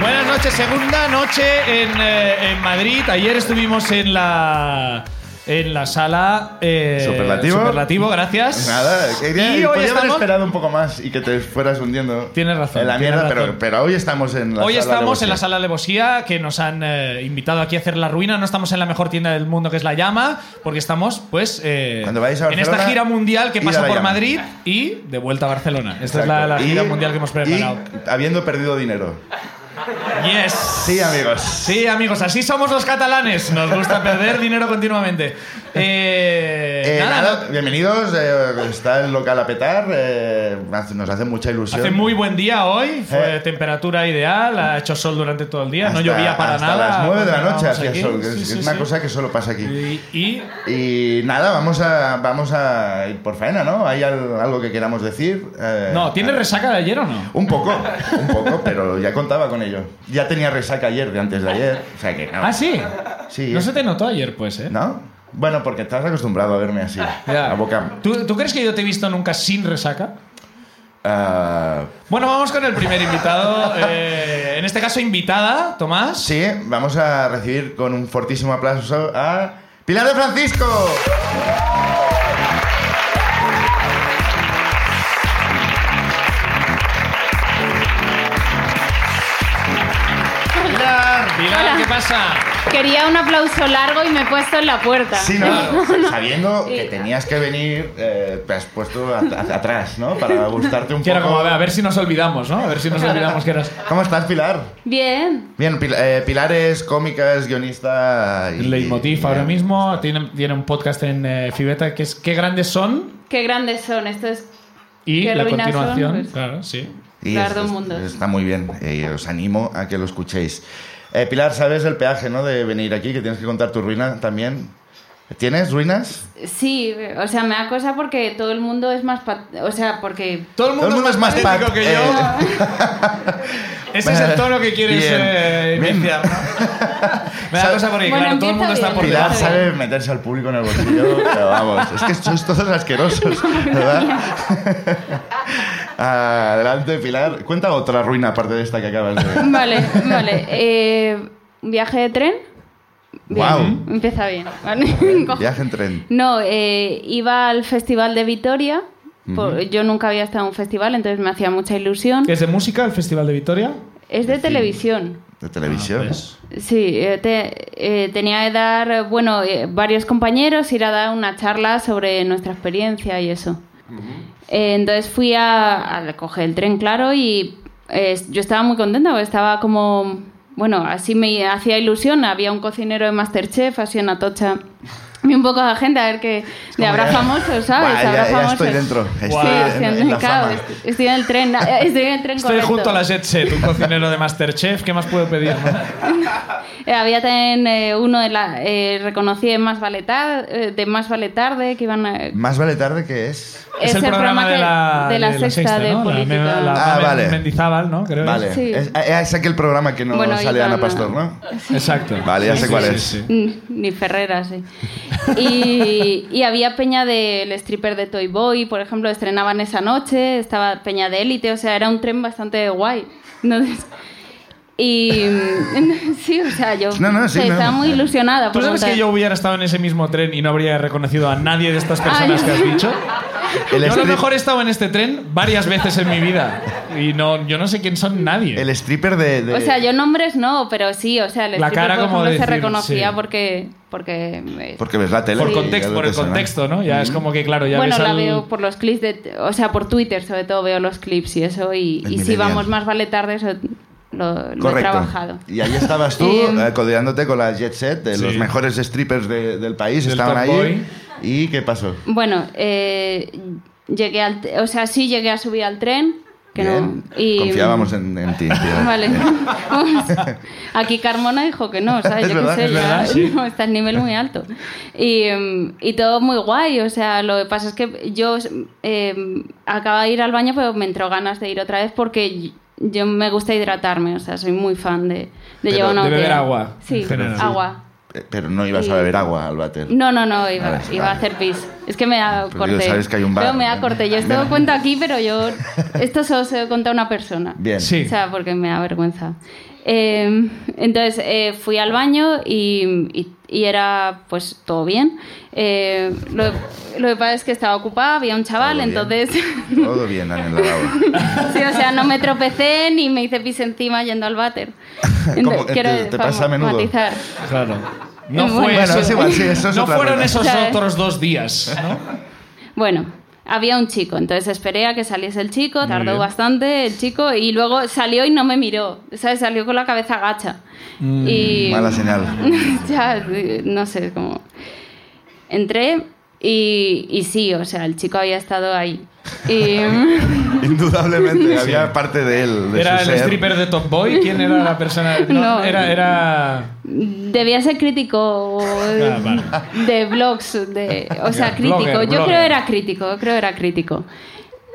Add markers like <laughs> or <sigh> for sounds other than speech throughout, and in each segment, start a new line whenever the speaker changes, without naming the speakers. Buenas noches, segunda noche en, eh, en Madrid. Ayer estuvimos en la en la sala eh,
Superlativo. Pues
Superlativo, gracias.
Nada, quería,
y hoy
podía haber
estamos,
esperado un poco más y que te fueras hundiendo.
Tienes razón,
En la
tienes
mierda,
razón.
pero, pero hoy estamos en la
hoy
sala
estamos
de
en la
boxeo.
sala Levosía, que nos han eh, invitado aquí a hacer la ruina. No estamos en la mejor tienda del mundo, que es La Llama, porque estamos, pues, eh,
Cuando vais a
en esta
Barcelona,
gira mundial que
id a
pasa
La
por
Llama.
Madrid y de vuelta a Barcelona. Esta es la,
Exacto.
la gira
Y-
mundial que hemos preparado.
Y habiendo perdido dinero.
Yes.
Sí, amigos.
Sí, amigos, así somos los catalanes. Nos gusta perder dinero continuamente. Eh,
Eh,
nada,
nada, bienvenidos. eh, está el local a petar. eh, hace- nos hace mucha ilusión.
Hace muy buen día hoy, fue
Eh.
temperatura ideal, ha hecho sol durante todo el día, no
Hasta-
llovía para
hasta
nada.
las 9 de la
cuando
noche
estábamos
hacía
aquí.
sol, que
Sí,
es,
sí,
es una
sí.
cosa que solo pasa aquí.
Y, y
Y nada, vamos a, vamos a ir por faena, ¿no? ¿Hay al- algo que queramos decir? Eh,
no, ¿tienes
eh,
resaca de ayer o no?
Un poco, un poco, pero ya contaba con ello. Ya tenía resaca ayer, de antes de ayer. O sea que no.
Ah, sí.
Sí.
No se te notó ayer, pues, ¿eh?
¿No? Bueno, porque estás acostumbrado a verme así.
Ah, Ya.
A boca.
¿Tú, tú crees que yo te he visto nunca sin resaca?
Ah,
Bueno, vamos con el primer
<laughs>
invitado. eh, en este caso, invitada, Tomás.
sí, vamos a recibir con un fortísimo aplauso a Pilar de Francisco. Pilar.
Pilar, ¿qué pasa?
Quería un aplauso largo y me he puesto en la puerta.
Sí, ¿no? Sabiendo
Sí.
que tenías que venir, eh, te has puesto a- a- atrás, ¿no? Para gustarte un
Que era
poco.
como, a ver, a ver si nos olvidamos, ¿no? A ver si
<laughs>
nos olvidamos que eras
¿Cómo estás, Pilar?
Bien.
Bien, Pil- eh, Pilar es cómica, es guionista. y-
Leitmotiv
y-
ahora mismo. Tiene, tiene un podcast en eh, Fibeta que es Qué grandes son.
Qué grandes son. Esto es.
Y
Qué
la
ruinas son,
continuación,
pues.
claro, sí.
y
Pilar
es-
de un
es-
mundo.
Está muy bien, eh, os animo a que lo escuchéis. Eh, Pilar, ¿sabes el peaje, no? De venir aquí, que tienes que contar tu ruina también. ¿Tienes ruinas?
Sí, o sea, me da cosa porque todo el mundo es más. pa- O sea, porque.
Todo el mundo, es más
pat-
patético que yo.
eh,
<laughs> Ese es el tono que quieres
Bien,
eh,
bien.
iniciar, <laughs> ¿no? Me da
Sa-
cosa porque,
Bueno,
claro, todo el mundo
empieza
está por
bien.
Pilar
debajo.
sabe meterse al público en el bolsillo, pero vamos, es que sois todos asquerosos, ¿verdad? <laughs> Adelante, Pilar. Cuenta otra ruina aparte de esta que acabas
<laughs>
de... <laughs>
Vale, vale. Eh, ¿un viaje de tren. Bien.
Guau.
Empieza bien. ¿vale? <laughs> Cojo-
Viaje en tren.
No, eh, iba al festival de Vitoria. por-
Ujú.
Yo nunca había estado en un festival, entonces me hacía mucha ilusión.
¿Es de música el Festival de Vitoria? Ah, pues.
Es de televisión.
De televisión.
Sí, eh, te- eh, tenía que dar, eh, bueno, eh, varios compañeros ir a dar una charla sobre nuestra experiencia y eso. Eh, entonces fui a, a coger el tren, claro, y eh, yo estaba muy contenta, porque estaba como, bueno, así me hacía ilusión, había un cocinero de Masterchef, así en Atocha, vi un poco de gente, a ver qué, de
como
habrá
ya-
famosos, ¿sabes?
Buah, ya-
Habrá
ya
famosos.
estoy dentro, estoy
sí,
en-
haciendo-
en la
claro,
fama.
est- estoy en el tren, <laughs> eh, estoy en el tren
Estoy
correcto.
junto a la Jet Set, un cocinero de Masterchef. ¿Qué más puedo pedir? no?
Eh, había también eh, uno de la eh, reconocí de más vale tarde, de más vale tarde que iban a,
Más vale tarde que es.
Es el
ese
programa de
que-
la,
de la sexta, de
¿no? La-
política.
La,
Ah,
Mamen
vale.
Mendizábal, ¿no? Creo que
Vale.
Sí.
Es, ah, es aquel programa que no
Bueno,
sale
ya
Ana
no.
Pastor, ¿no?
es. Exacto.
Vale, ya sé cuál es.
Mm, Ni Ferrera, sí. Y, y había Peña del stripper de Toy Boy, por ejemplo, estrenaban esa noche, estaba Peña de Élite, o sea, era un tren bastante guay. Entonces, y <laughs> mm, sí, o sea, yo
No, no,
o sea,
sí, no.
estaba muy ilusionada.
¿Tú
por
sabes que
montar.
yo hubiera estado en ese mismo tren y no habría reconocido a nadie de estas personas
Ay.
que has dicho?
El
yo a lo
strip-
mejor he estado en este tren varias veces en mi vida y no, yo no sé quién son nadie.
El stripper de... de-
O sea, yo nombres no, pero sí, o sea, el
La
stripper,
cara
por
como
ejemplo,
de
se
decir,
reconocía
sí.
porque... porque eh,
Porque ves la tele.
por
y ya
contexto,
lo
por el
te suena.
contexto, ¿no? Ya es como que, claro, ya
bueno,
ves
la
al-
veo por los clips, de, o sea, por Twitter sobre todo veo los clips y eso, y,
El
y si
millennial.
vamos más vale tarde, eso lo, lo he
Correcto.
trabajado.
Y ahí estabas tú,
<laughs> Y-
eh, codeándote con la Jet Set, de
Sí.
los mejores strippers de- del país,
Del
estaban
Top
ahí.
Boy.
¿Y qué pasó?
Bueno, eh, llegué al, o sea, sí llegué a subir al tren, que
Bien.
no, y-
Confiábamos en, en
<laughs>
ti. tío. <laughs>
Vale. Aquí Carmona dijo que no, ¿sabes?
Es
Yo
verdad,
qué
es
sé, ya,
verdad, sí.
<laughs> no, está el nivel muy alto. Y, em, y todo muy guay, o sea, lo que pasa es que yo em, acababa de ir al baño, pero me entró ganas de ir otra vez porque yo- yo me gusta hidratarme, o sea, soy muy fan de, de
Pero
llevar una
de beber
botella.
agua, en
Sí,
general.
agua.
eh, pero no ibas a beber agua al váter.
No, no, no, iba,
Vale,
iba a
vale.
hacer pis. Es que me da
Pues
corte.
digo, sabes que hay un bar,
Luego me da
¿no?
corte. Yo esto
Bien. <laughs>
lo cuento aquí, pero yo. Esto solo se lo conta una persona.
Bien.
Sí.
O sea, porque me da vergüenza. Eh, entonces eh, fui al baño y, y- y era pues todo bien. Eh, lo, lo que pasa es que estaba ocupada, había un chaval,
Todo bien.
entonces. <laughs>
Todo bien en el lavabo.
sí, o sea, no me tropecé ni me hice pis encima yendo al váter.
<laughs> ¿Cómo?
Ento- quiero
¿Te- te pasa a menudo?
matizar.
Claro. No
Bueno,
fue
Bueno,
eso-
es igual, sí, eso es
no
otra
fueron
rueda.
esos
¿Sabes?
otros dos días, ¿no?
Bueno, había un chico, entonces esperé a que saliese el chico,
Muy
tardó
bien.
bastante el chico y luego salió y no me miró, ¿sabes? Salió con la cabeza gacha. <laughs> y...
Mm, Mala señal.
<laughs> ya, eh, no sé, como... Entré y, y sí, o sea, el chico había estado ahí. Y, <laughs>
Indudablemente, había parte de él. De
¿Era
su
el
ser.
stripper de Top Boy? ¿Quién era la persona?
No.
Era, era...
debía ser crítico
Ah, vale.
de blogs, de, o sea,
Ya,
crítico.
blogger,
yo creo
blogger.
era crítico, yo creo era crítico.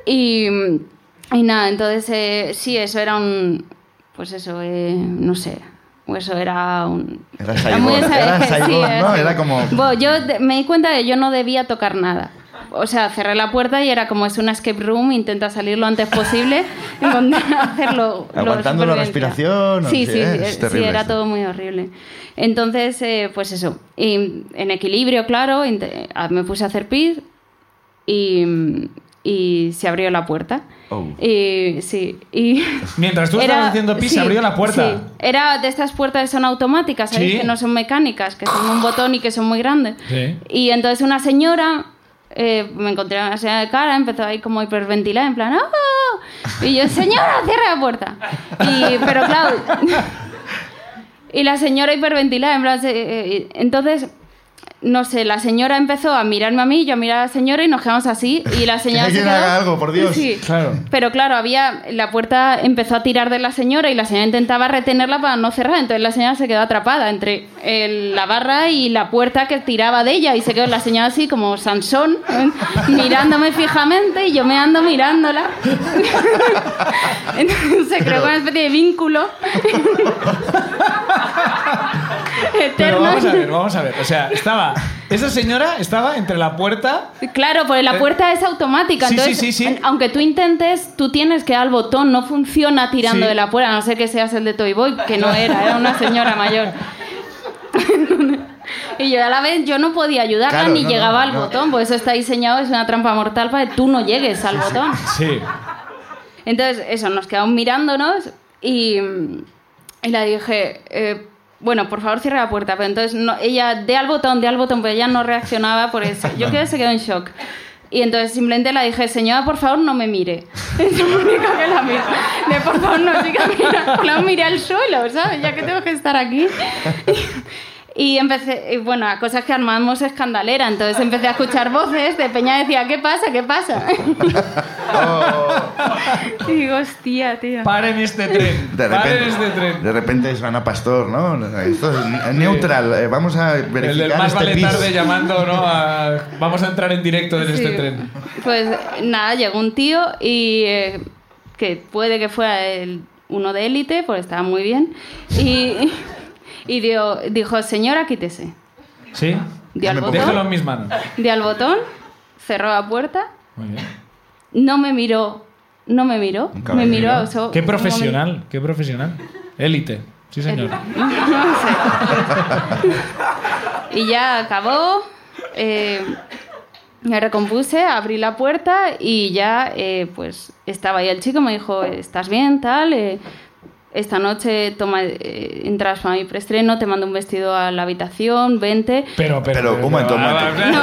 Y, y nada, entonces eh, sí, eso era un, pues eso, eh, no sé. o Eso era un.
Era Saibón, era
sí,
Saibón, ¿no?
Saibón.
Era como-
Bueno, yo de- me di cuenta de que yo no debía tocar nada. O sea, cerré la puerta y era como es una escape room, intenta salir lo antes posible, <laughs> intentar hacerlo. lo
Aguantando la
supervivencia.
respiración, o
Sí,
sí,
sí,
es
sí, sí,
terrible
era
eso.
todo muy horrible. Entonces, eh, pues eso, y en equilibrio, claro, int- a- me puse a hacer pis y, y se abrió la puerta.
Oh.
Y sí,
<laughs>
y...
Mientras tú
era-
estabas haciendo pis, se
sí,
abrió la puerta.
sí. Era de estas puertas que son automáticas, ¿sabéis?
Sí. Ah.
Que no son mecánicas, que son un botón y que son muy grandes.
Sí.
Y entonces una señora, eh, me encontré a una señora de cara, empezó ahí como a hiperventilar, en plan, ¡ah! Y yo, señora, cierra la puerta. Y, pero claro, <laughs> y la señora hiperventilada, en plan, se- eh, eh, entonces... No sé, la señora empezó a mirarme a mí, yo a mirar a la señora y nos quedamos así. Y
<laughs>
la señora. se
alguien
quedó-
haga algo, por Dios.
Sí.
Claro.
Pero claro, había la puerta empezó a tirar de la señora y la señora intentaba retenerla para no cerrar, entonces la señora se quedó atrapada entre el- la barra y la puerta que tiraba de ella y se quedó la señora así como Sansón <laughs> ¿eh? mirándome fijamente y yo me ando mirándola. <laughs> Entonces se creó una especie de vínculo <laughs>
Pero
eterno.
vamos a ver, vamos a ver. O sea, estaba... Esa señora estaba entre la puerta...
Claro, porque la puerta es automática.
Eh, sí,
entonces,
sí, sí, sí.
aunque tú intentes, tú tienes que dar al botón. No funciona tirando
Sí.
de la puerta, a no ser que seas el de Toy Boy, que no era, era una señora mayor. <laughs> y yo a la vez, yo no podía ayudarla
Claro,
ni
no,
llegaba
no,
al
no.
botón, porque eso está diseñado, es una trampa mortal para que tú no llegues al botón.
Sí.
Entonces, eso, nos quedamos mirándonos y, y la dije, eh, bueno, por favor cierre la puerta. Pero entonces no, ella, de al botón, de al botón, pero ella no reaccionaba por eso. Yo creo que se quedó en shock. Y entonces simplemente la dije, señora, por favor no me mire. <laughs> Es lo único que la miro. De por favor no siga mirando, no mire al suelo, ¿sabes? Ya que tengo que estar aquí. <laughs> Y empecé, y bueno, a cosas que armamos escandalera. Entonces empecé a escuchar voces de Peña decía, ¿qué pasa? ¿Qué pasa? <laughs>
"Oh".
Y digo, hostia, tío.
Paren este tren.
De
Paren
repente,
este tren.
de repente es Ana Pastor, ¿no? Esto es n- neutral. eh, Vamos a verificar
El del más
este
vale
pis.
tarde llamando, ¿no? A- Vamos a entrar en directo en este
Sí.
tren.
Pues nada, llegó un tío y eh, que puede que fuera el, uno de élite, porque estaba muy bien, y, y dio- dijo, señora, quítese.
¿Sí?
Dio al
Me pongo-
Déjalo en
botón,
mis manos.
dio al botón, cerró la puerta,
Muy bien.
no me miró, no me miró,
Nunca
me
me
miró.
miró.
o sea,
Qué
un momento-
profesional, qué profesional. Élite. Sí, señor.
<laughs> Y ya acabó. eh, me recompuse, abrí la puerta y ya, eh, pues, estaba ahí el chico, me dijo, ¿estás bien? Tal, eh, esta noche toma, eh, entras para mi preestreno, te mando un vestido a la habitación, vente.
Pero, pero. ah,
Pero, un momento, un momento.
No.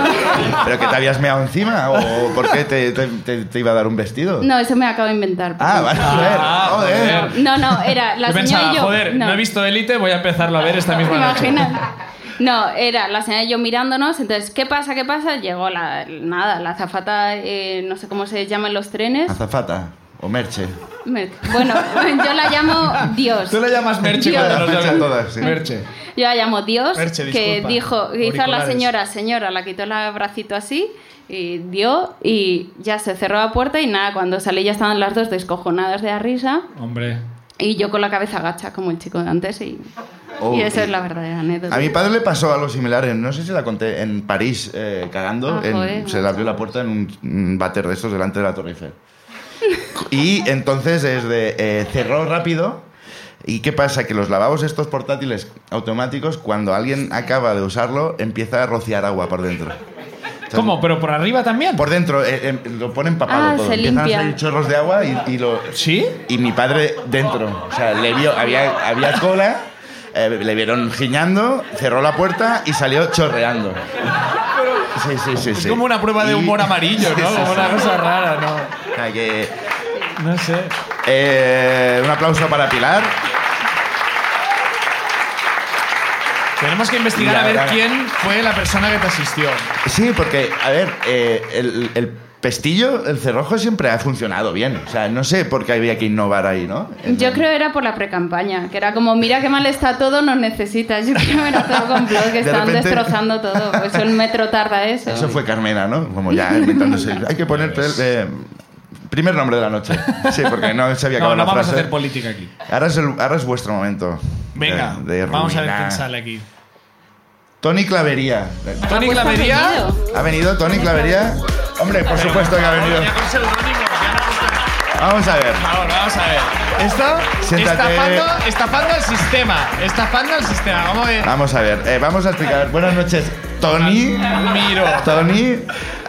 ¿Pero que te habías meado encima? ¿O por qué te, te- te- te iba a dar un vestido?
No, eso me acabo de inventar.
Ah, vale,
Ah,
joder. joder.
joder.
No, no, era la
Yo
señora
pensaba,
y yo.
joder, no. he visto Élite, voy a empezarlo a ver esta misma noche.
Imagina. No, era la señora y yo mirándonos, entonces, ¿qué pasa? ¿Qué pasa? Llegó la, nada, la azafata, eh, no sé cómo se llaman los trenes.
Azafata o Merche.
Me- Bueno, <laughs> yo la llamo Dios.
Tú le llamas Merche
Dios.
cuando nos
Merche
llamas-
a todas, sí.
Merche.
Yo la llamo Dios,
Merche,
que
disculpa.
dijo, que hizo a la
Auriculares.
señora, señora, la quitó el bracito así y dio y ya se cerró la puerta y nada, cuando salí ya estaban las dos descojonadas de la risa
Hombre.
y yo con la cabeza gacha como el chico de antes y
Oh,
y esa es la verdadera anécdota.
A mi padre le pasó algo similar, en- no sé si la conté, en París, eh, cagando,
Ah,
en-
joder,
se le abrió la puerta en un, un váter de estos delante de la Torre Eiffel. Y entonces es de, eh, cerró rápido. ¿Y qué pasa? Que los lavabos estos portátiles automáticos, cuando alguien acaba de usarlo, empieza a rociar agua por dentro.
¿Cómo? ¿Pero por arriba también?
Por dentro, eh, eh, lo ponen empapado
Ah,
todo.
se
Empiezan
limpia.
a salir chorros de agua y, y lo...
¿Sí?
Y mi padre dentro, o sea, le vio, había, había cola, eh, le vieron giñando, cerró la puerta y salió chorreando. Sí, sí, sí.
Es
sí.
como una prueba de
Y-
humor amarillo,
<laughs> Sí,
¿no?
sí,
Como
sí.
una cosa rara,
O sea que,
¿no? No sé.
eh, un aplauso para Pilar.
Tenemos que investigar
Ya,
a ver
ya.
quién fue la persona que te asistió.
Sí, porque, a ver, eh, el, el pestillo, el cerrojo siempre ha funcionado bien. O sea, no sé por qué había que innovar ahí, ¿no?
Yo creo que era por la precampaña, que era como, mira qué mal está todo, nos necesitas. <laughs> Yo creo que era todo complot, que
De
estaban
repente-
destrozando todo. Pues el metro tarda eso.
Eso fue Carmena, ¿no? Como ya inventándose. Hay que poner eh, primer nombre de la noche. Sí, porque no se había
No, no
acabado la
vamos a
frase.
hacer política aquí.
Ahora es, el- ahora es vuestro momento.
Venga,
de- de
vamos a ver
ruinar.
quién sale aquí.
Tony Clavería.
Tony
Pues ha
Clavería.
venido.
¿Ha venido Tony Clavería? Hombre, por supuesto que ha venido.
Ya con seudónimos, ya no con-
Vamos a ver.
Ahora, vamos a ver. Esto,
Siéntate.
estafando, estafando al sistema. Estafando al sistema. Vamos a ver.
Vamos a ver. Eh, vamos a explicar. Buenas noches, Tony.
Miro.
Tony,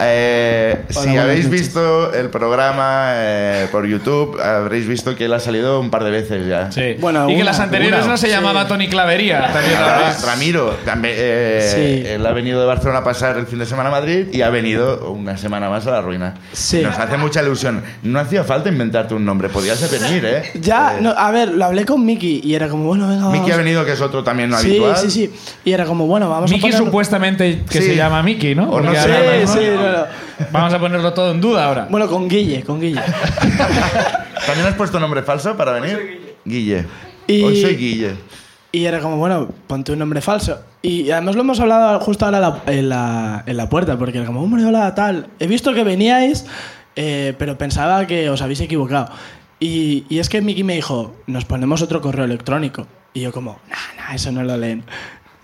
eh, si
buenas
habéis
noches.
visto el programa eh, por YouTube, habréis visto que él ha salido un par de veces ya.
Sí.
Bueno,
y que
una,
las anteriores
una.
no se
Sí.
llamaba Tony Clavería. También lo
Ahora,
habréis-
Ramiro, también, eh,
Sí.
él ha venido de Barcelona a pasar el fin de semana a Madrid y ha venido una semana más a la ruina.
Sí.
Nos hace mucha ilusión. No hacía falta inventarte un nombre, podías venir, ¿eh?
<laughs> Ya,
Eh,
no, a ver, lo hablé con Miki y era como, bueno, venga,
Miki
vamos.
ha venido, que es otro también no
Sí,
habitual.
sí, sí. Y era como, bueno, vamos
Miki
a poner... Pues
supuestamente que
Sí.
se llama Miki, ¿no?
O no
Porque
sé,
ahora
Sí,
mismo-
sí, no, no.
Vamos a ponerlo todo en duda ahora.
Bueno, con Guille, con Guille.
¿También has puesto nombre falso para venir? Guille.
Y-
Hoy soy Guille.
Y era como, bueno, ponte un nombre falso. Y además lo hemos hablado justo ahora en la, en la, en la puerta, porque era como, hombre, hola, tal. He visto que veníais, eh, pero pensaba que os habéis equivocado. Y, y es que Miki me dijo, nos ponemos otro correo electrónico. Y yo como, nah, nah, eso no lo leen.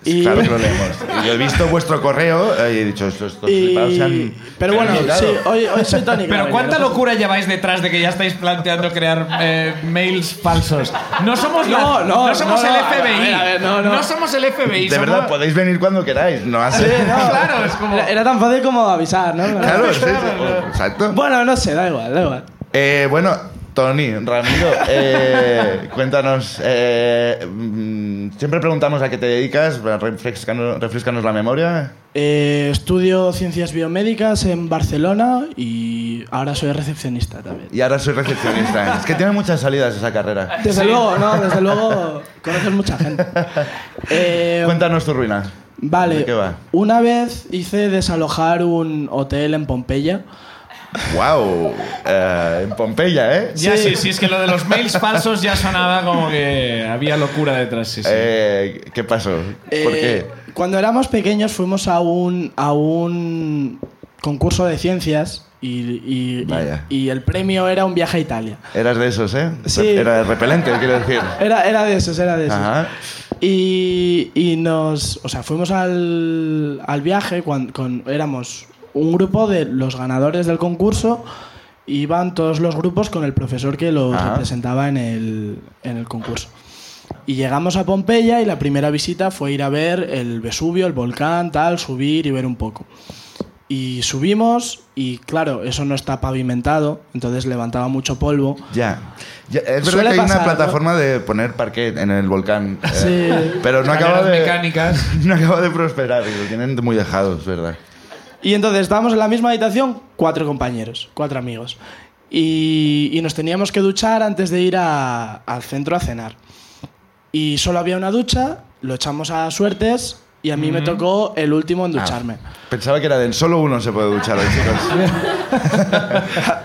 Y-
Claro que lo leemos. Y Yo he visto vuestro correo eh, y he dicho, estos, estos
y-
flipados se han-
Pero bueno,
se han
sí,
equivocado.
hoy, hoy soy Tony.
Pero
Clavería,
¿cuánta
¿no?
locura lleváis detrás de que ya estáis planteando crear eh, mails falsos? No somos, la-
No, no,
somos
no,
el
no,
FBI.
a ver, a ver, no, no.
somos el FBI.
De
somos-
verdad, podéis venir cuando queráis. No hace...
Sí, no.
<laughs> Claro, es como-
Era, era tan fácil como avisar, ¿no?
Claro, sí, sí. Exacto.
Bueno, no sé, da igual, da igual.
Eh, bueno, Tony, Ramiro,
<laughs>
eh, cuéntanos. eh, mm, siempre preguntamos a qué te dedicas, refrescanos, refrescanos la memoria.
Eh, estudio ciencias biomédicas en Barcelona y ahora soy recepcionista también.
Y ahora soy recepcionista. Es que tiene muchas salidas esa carrera.
Desde luego, no, desde luego conoces
<laughs>
mucha gente. Eh,
Cuéntanos tu ruina.
vale,
¿De qué va?
una vez hice desalojar un hotel en Pompeya.
¡Wow! en Pompeya, ¿eh?
Ya sí. sí, es que lo de los mails falsos ya sonaba como que había locura detrás. Sí, sí.
Eh, ¿Qué pasó? ¿Por
Eh,
qué?
Cuando éramos pequeños fuimos a un, a un concurso de ciencias y- y- y-
Vaya.
y el premio era un viaje a Italia.
Eras de esos, ¿eh?
Sí.
Era repelente, quiero decir.
Era, era de esos, era de esos.
Ajá.
Y, y nos. O sea, fuimos al, al viaje cuan- con. Éramos un grupo de los ganadores del concurso. Iban todos los grupos con el profesor que los
Ajá.
representaba en el, en el concurso. Y llegamos a Pompeya y la primera visita fue ir a ver el Vesubio, el volcán, tal, subir y ver un poco. Y subimos y claro, eso no está pavimentado, entonces levantaba mucho polvo.
Ya. Ya, es verdad
Suele
que hay
pasar,
una
¿no?
plataforma de poner parquet en el volcán. eh,
Sí.
Pero no acaba
Escaleras
de.
mecánicas.
<laughs> No acaba de prosperar, y lo tienen muy dejado, es verdad.
Y entonces estábamos en la misma habitación, cuatro compañeros, cuatro amigos. Y, y nos teníamos que duchar antes de ir a- al centro a cenar. Y solo había una ducha, lo echamos a suertes y a mí me tocó el último
Ah.
en ducharme. <laughs>
Pensaba que era de en solo uno se puede duchar hoy, chicos.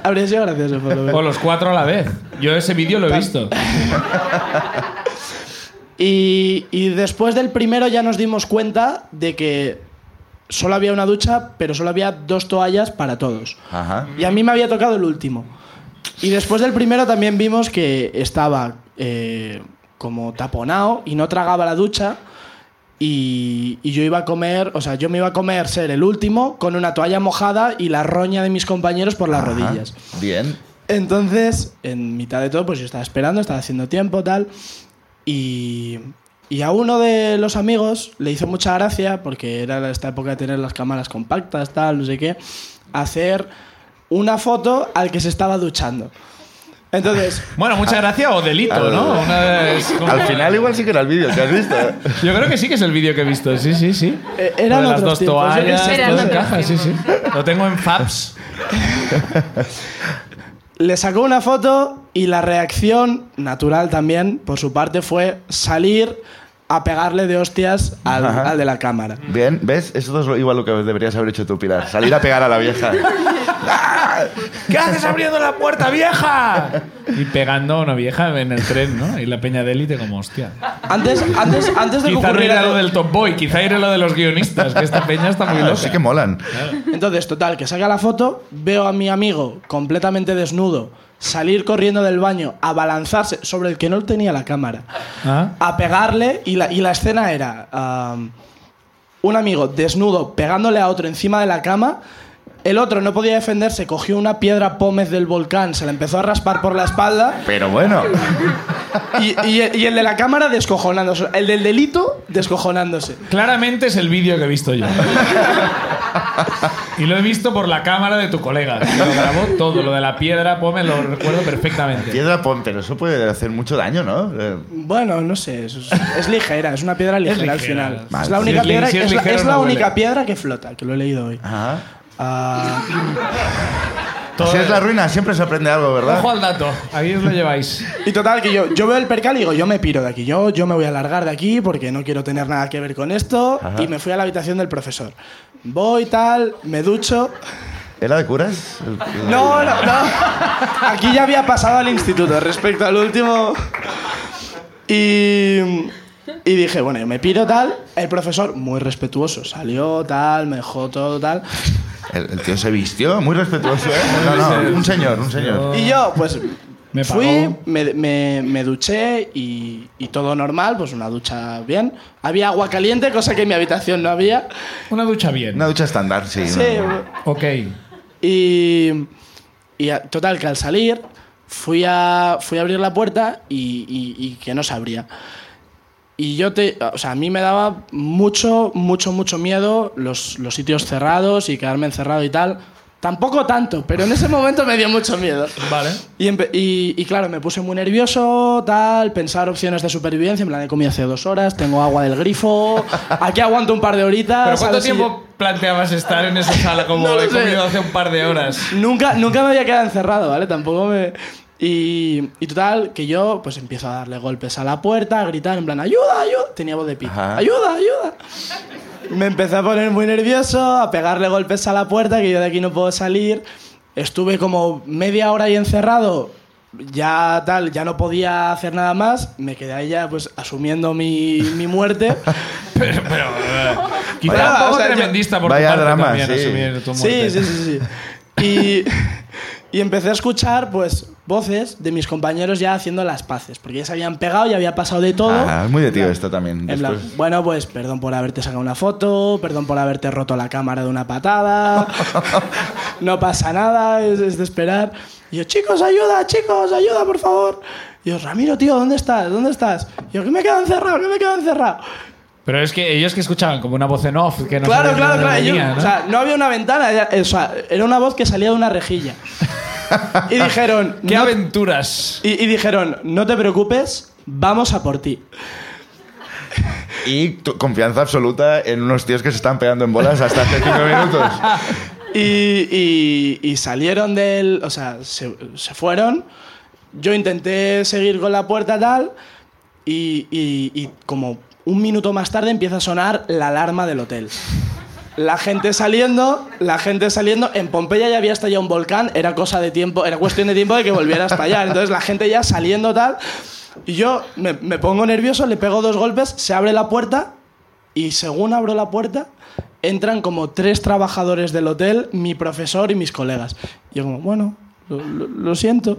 Habría sido gracioso, por lo menos.
O los cuatro a la vez. Yo ese vídeo lo he visto.
Y, y después del primero ya nos dimos cuenta de que solo había una ducha, pero solo había dos toallas para todos.
Ajá.
Y a mí me había tocado el último. Y después del primero también vimos que estaba eh, como taponado y no tragaba la ducha. Y, y yo iba a comer, o sea, yo me iba a comer ser el último con una toalla mojada y la roña de mis compañeros por las
Ajá.
rodillas.
Bien.
Entonces, en mitad de todo, pues yo estaba esperando, estaba haciendo tiempo, tal. Y, y a uno de los amigos le hizo mucha gracia, porque era esta época de tener las cámaras compactas, tal, no sé qué, hacer una foto al que se estaba duchando. Entonces,
Bueno, muchas gracias o delito, ¿no? Una de- es como-
Al final igual sí que era el vídeo, ¿te has visto?
Yo creo que sí que es el vídeo que he visto, sí, sí, sí.
Eh, eran
Lo de las
otros
dos
tiempos, yo qué
toallas,
sé.
todo
Eran otros
encaja, sí, sí. Lo tengo en Fabs.
le sacó una foto y la reacción natural también, por su parte, fue salir a pegarle de hostias al,
Ajá.
al de la cámara.
Bien, ¿ves? Eso es lo- igual lo que deberías haber hecho tú, Pilar. Salir a pegar a la vieja.
¿Qué haces abriendo la puerta, vieja? Y pegando a una vieja en el tren, ¿no? Y la peña de élite como, hostia.
Antes, antes, antes de que
Quizá no
ocurriera
era lo
todo-
del Top Boy, quizá era lo de los guionistas, que esta peña está muy
Ah,
loca.
sí que molan.
Entonces, total, que saca la foto, veo a mi amigo completamente desnudo salir corriendo del baño, abalanzarse sobre el que no tenía la cámara,
Ah.
a pegarle y la, y la escena era am, un amigo desnudo pegándole a otro encima de la cama. El otro no podía defenderse, cogió una piedra pómez del volcán, se la empezó a raspar por la espalda
Pero bueno,
y, y- y el de la cámara descojonándose. El del delito descojonándose.
Claramente es el vídeo que he visto yo. Y lo he visto por la cámara de tu colega. que Lo grabó todo, lo de la piedra, pues me lo recuerdo perfectamente.
piedra pon, pero eso puede hacer mucho daño, ¿no? Eh,
Bueno, no sé, es, es ligera, es una piedra ligera, al
ligera.
final.
Vale.
Es la
Si
única,
es li-
piedra,
si es
es la-
ligera,
es la
no
única
huele.
piedra que flota, que lo he leído hoy.
ajá.
Ah,
Todo-
Si es la ruina, siempre se aprende algo, ¿verdad?
Ojo al dato, ahí os lo lleváis.
y total, que yo, yo veo el percal y digo, yo me piro de aquí, yo, yo me voy a largar de aquí porque no quiero tener nada que ver con esto.
Ajá.
Y me fui a la habitación del profesor. Voy tal, me ducho.
¿Era de curas?
No, no, no. Aquí ya había pasado al instituto respecto al último. Y, y dije, bueno, yo me piro tal. El profesor, muy respetuoso, salió tal, me dejó todo tal.
El, el tío se vistió, muy respetuoso, ¿eh? No, no, un señor, un señor.
Y yo, pues,
Me
fui,
pagó.
me, me- me duché y, y todo normal, pues una ducha bien. Había agua caliente, cosa que en mi habitación no había.
Una ducha bien.
Una ducha estándar, sí.
Sí,
una-
Ok.
y, y a- total, que al salir fui a, fui a abrir la puerta y, y- y que no se abría. Y yo te, o sea, a mí me daba mucho, mucho, mucho miedo los, los sitios cerrados y quedarme encerrado y tal. Tampoco tanto, pero en ese momento me dio mucho miedo.
Vale.
Y, empe- y- y claro, me puse muy nervioso, tal, pensar opciones de supervivencia. En plan, he comido hace dos horas, tengo agua del grifo, <laughs> aquí aguanto un par de horitas.
¿Pero
a
cuánto
ver si-
tiempo planteabas estar en esa sala como
Ah, No lo
he
sé.
comido hace un par de horas?
Nunca, nunca me había quedado encerrado, ¿vale? Tampoco me... Y, y total, que yo pues empiezo a darle golpes a la puerta, a gritar en plan, ayuda, ayuda. Tenía voz de pito.
Ajá.
Ayuda, ayuda. Me empecé a poner muy nervioso, a pegarle golpes a la puerta, que yo de aquí no puedo salir. Estuve como media hora ahí encerrado, ya tal, ya no podía hacer nada más. Me quedé ahí ya pues asumiendo mi, mi muerte.
Pero, pero eh, quizá
Vaya-
un poco
o sea, yo-
tremendista por
Vaya
tu parte
drama,
también
sí.
asumir tu
Sí,
muerte.
sí, sí, sí. Y, y empecé a escuchar, pues, voces de mis compañeros ya haciendo las paces, porque ya se habían pegado, ya había pasado de todo.
Ah, es muy de tío esto también.
En plan,
después.
bueno, pues perdón por haberte sacado una foto, perdón por haberte roto la cámara de
<laughs>
una patada, no pasa nada, es, es de esperar. Y yo, chicos, ayuda, chicos, ayuda, por favor. Y yo, Ramiro, tío, ¿dónde estás? ¿Dónde estás? Y yo, que me he quedado encerrado, que me he quedado encerrado.
Pero es que ellos que escuchaban como una voz en off que no
claro,
sabían de
claro,
dónde
claro. yo-
venía, ¿no?
O sea, no había una ventana, ya- eh, o sea, era una voz que salía de una rejilla.
<laughs>
y dijeron,
¡Qué
no-
aventuras!
y, y dijeron, no te preocupes, vamos a por ti.
Y tu- confianza absoluta en unos tíos que se están pegando en bolas hasta hace cinco minutos.
Y, y- y salieron del, o sea, se, se fueron. Yo intenté seguir con la puerta tal y, y- y como un minuto más tarde empieza a sonar la alarma del hotel. La gente saliendo, la gente saliendo. En Pompeya ya había estallado un volcán, era cosa de tiempo, era cuestión de tiempo de que volviera a estallar. Entonces la gente ya saliendo tal. Y yo me, me pongo nervioso, le pego dos golpes, se abre la puerta y según abro la puerta entran como tres trabajadores del hotel, mi profesor y mis colegas. Y yo como, bueno, Lo, lo- lo siento.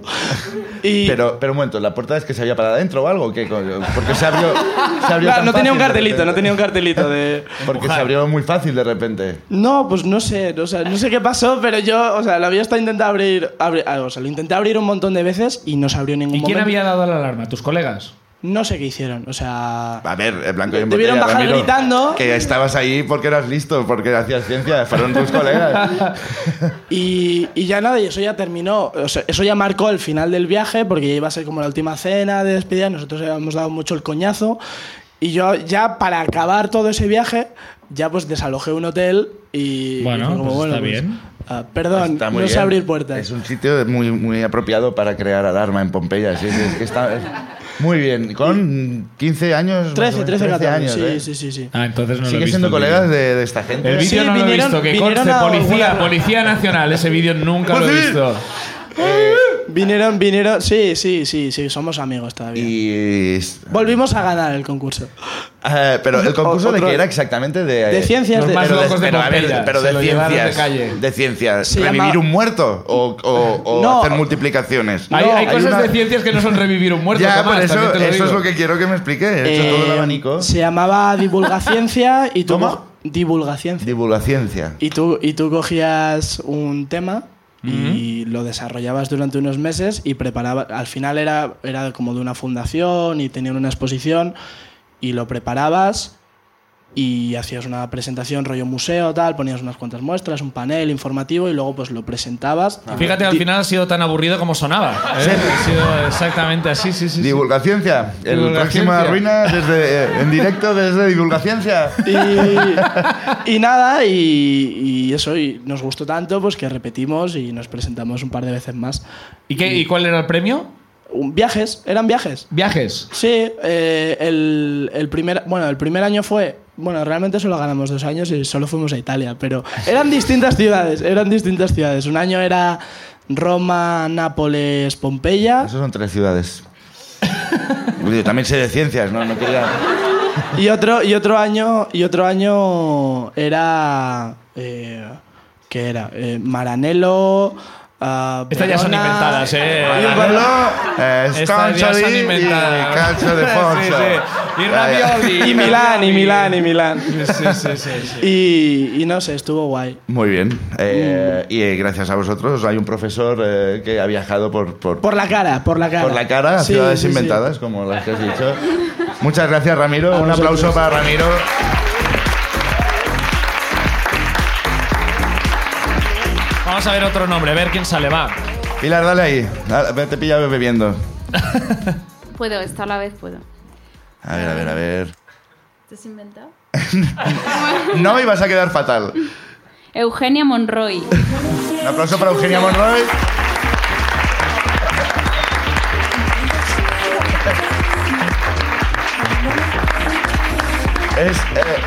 Y
Pero, pero un momento, ¿la puerta es que se había para adentro o algo? ¿Qué coño? Porque se abrió. se abrió
Claro,
tan
<laughs> no tenía
fácil de
un cartelito,
repente.
no tenía un cartelito de...
Porque se abrió muy fácil de repente.
No, pues no sé, o sea, no sé qué pasó, pero yo, o sea, lo había estado intentando abrir, abrir- ah, o sea, lo intenté abrir un montón de veces y no se abrió en ningún
¿Y quién
momento.
había dado la alarma? ¿Tus colegas?
No sé qué hicieron, o sea,
A ver, el blanco y en
Debieron
botella,
bajar
Ramiro,
gritando.
Que estabas ahí porque eras listo, porque hacías ciencia, fueron tus
<laughs>
colegas.
y, y ya nada, y eso ya terminó, o sea, eso ya marcó el final del viaje porque ya iba a ser como la última cena de despedida, nosotros habíamos dado mucho el coñazo y yo ya para acabar todo ese viaje, ya pues desalojé un hotel y...
Bueno,
y fue como,
pues está
pues,
bien.
ah, perdón,
Está
no
muy
sé
bien.
abrir puertas.
Es un sitio muy, muy apropiado para crear alarma en Pompeya. Sí, sí, es que está es- muy bien. Con 15 años. más o
13,
menos,
13, 14,
años.
sí,
¿eh?
sí, sí, sí.
Ah, entonces no lo he
Sigue
visto
siendo
el
colegas
vídeo.
de, de esta gente.
El vídeo
Sí,
no lo he
vinieron-
visto, que
vinieron
conste,
a
policía,
alguna- Pues
policía nacional. Ese vídeo nunca lo he
¡Policía!
visto.
Vinieron, vinieron, sí, sí, sí, sí, somos amigos todavía.
Y.
Volvimos a ganar el concurso.
eh, pero el concurso de
Otro-
qué era exactamente de.
De ciencias
Los
de...
más
Pero de,
locos de
pero, a ver,
Pompeya,
pero
se
de
lo llevaron de
ciencias.
calle.
de ciencias.
Se
¿Revivir
llama-
un muerto? ¿O, o- o
No.
hacer multiplicaciones?
hay, hay
Hay
cosas
una-
de ciencias que no son revivir un muerto.
Ya,
Tomás,
por eso,
también te lo
eso es
digo.
lo que quiero que me explique. He hecho
eh,
todo el abanico.
Se llamaba Divulgaciencia y tú...
¿Cómo?
co- Divulgaciencia.
Divulgaciencia.
Y tú, y tú cogías un tema y lo desarrollabas durante unos meses y preparaba Al final era, era como de una fundación y tenían una exposición y lo preparabas y hacías una presentación rollo museo, tal, ponías unas cuantas muestras, un panel informativo y luego pues lo presentabas.
Ah. Fíjate, al
Di-
final ha sido tan aburrido como sonaba. ¿eh? Ha sido exactamente así, sí, sí. sí.
Divulgaciencia. El
Divulgaciencia.
próxima ruina desde, eh, en directo desde Divulgaciencia.
Y, y nada, y, y eso, y nos gustó tanto pues que repetimos y nos presentamos un par de veces más.
¿Y, qué, ¿Y cuál era el premio?
Un- viajes, eran viajes.
Viajes.
Sí, eh, el, el primer, bueno, el primer año fue, bueno, realmente solo ganamos dos años y solo fuimos a Italia, pero
<laughs>
eran distintas ciudades, eran distintas ciudades. Un año era Roma, Nápoles, Pompeya
Esas son tres ciudades. Yo también sé de ciencias, ¿no? No quería...
y otro y otro año y otro año era eh, qué era Eh, Maranello. ah,
Estas ya son
Verona,
inventadas, ¿eh?
y un par-
Maranello, eh,
Estas ya son
Stoncholi y
inventadas.
Calcio de
<laughs> Sí,
Fonso.
sí. Y
Ya, ya.
Ravioli.
y Milán y Milán y Milán
Sí, sí, sí, sí.
y, y no sé estuvo guay
Muy bien.
Mm.
Eh, Y eh, gracias a vosotros hay un profesor eh, que ha viajado por, por,
por la cara por la cara
por la cara a
Sí,
ciudades
sí, sí.
inventadas, como las que has dicho. Muchas gracias, Ramiro.
A
un
vosotros.
aplauso para Ramiro.
Vamos a ver otro nombre, a ver quién sale, va.
Pilar, dale ahí. Ah, Te he pillado bebiendo.
Puedo, esta a la vez puedo.
A ver, a ver, a ver.
¿Te has inventado?
<laughs> No me vas a quedar fatal.
Eugenia Monroy.
Un aplauso para Eugenia Monroy. Es, eh,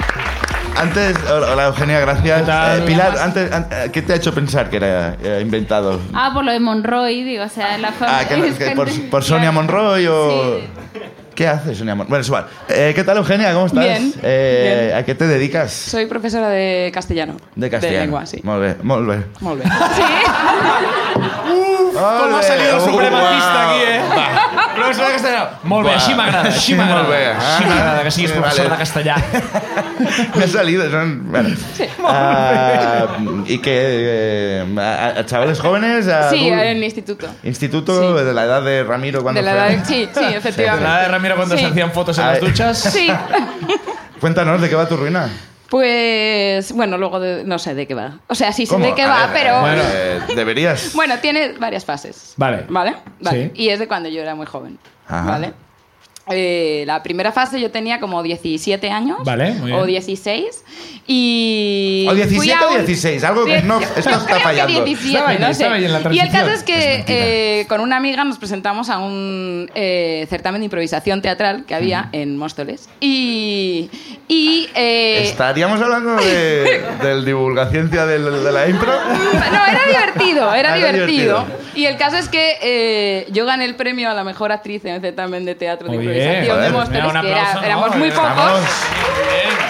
antes, hola Eugenia, gracias.
¿Qué tal?
Eh, Pilar, antes, an- eh, ¿qué te ha hecho pensar que era eh, inventado?
Ah, por lo de Monroy, digo, o sea, la fama.
Ah, que no,
es
que
gente-
por, por Sonia Monroy o...
Sí.
¿Qué hace Sonia Monroy? Bueno, es igual. Eh, ¿Qué tal Eugenia? ¿Cómo estás?
Bien,
Eh,
bien.
¿A qué te dedicas?
Soy professora de castellano.
De castellano.
De lengua, sí.
Molt bé, molt bé.
<laughs>
Molt bé.
Molt
ha
bé.
salido el
Uh,
supremacista
guau.
aquí, eh? Professor de castellà. Molt bé, així
<laughs>
m'agrada, així
Sí,
m'agrada.
molt bé. Ah.
Així m'agrada que siguis
Sí,
professor
vale.
de castellà.
<laughs> Me ha salido, son. Bueno. Ah, y que. eh, a, a chavales jóvenes. A
Sí,
algún
en instituto.
Instituto
Sí.
de la edad de Ramiro cuando
De la
fue.
edad... Sí, sí,
De
efectivamente.
la de Ramiro cuando
Sí.
se hacían fotos en
Ay.
las duchas.
Sí.
Cuéntanos de qué va tu ruina.
Pues, bueno, luego de- no sé de qué va. O sea, sí sé
¿Cómo?
de qué
A
va,
ver,
pero...
Bueno,
Bueno.
eh, deberías.
tiene varias fases.
Vale.
¿Vale? Vale.
Sí.
Y es de cuando yo era muy joven.
Ajá.
¿Vale? Eh, la primera fase yo tenía como 17 años.
Vale, muy
O
bien.
16. Y...
O 17
fui a
o
un-
16, algo que
Die-
no-
yo
esto
<laughs> creo
está
que
fallando.
17,
Estaba ahí,
no sé.
estaba ahí en la
y el
transición.
caso es que
Es mentira.
eh, con una amiga nos presentamos a un eh, certamen de improvisación teatral que había en Móstoles. Y... y eh,
¿Estaríamos hablando de,
<laughs>
del divulgaciencia del- de la impro?
No, era divertido, era
Ah, era
divertido.
divertido.
Y el caso es que eh, yo gané el premio a la mejor actriz en el certamen de teatro de
Muy bien.
improvisación
Joder,
de Móstoles,
mira, un
que era-
aplauso, ¿no?
éramos muy
Estamos-
pocos.
Vamos.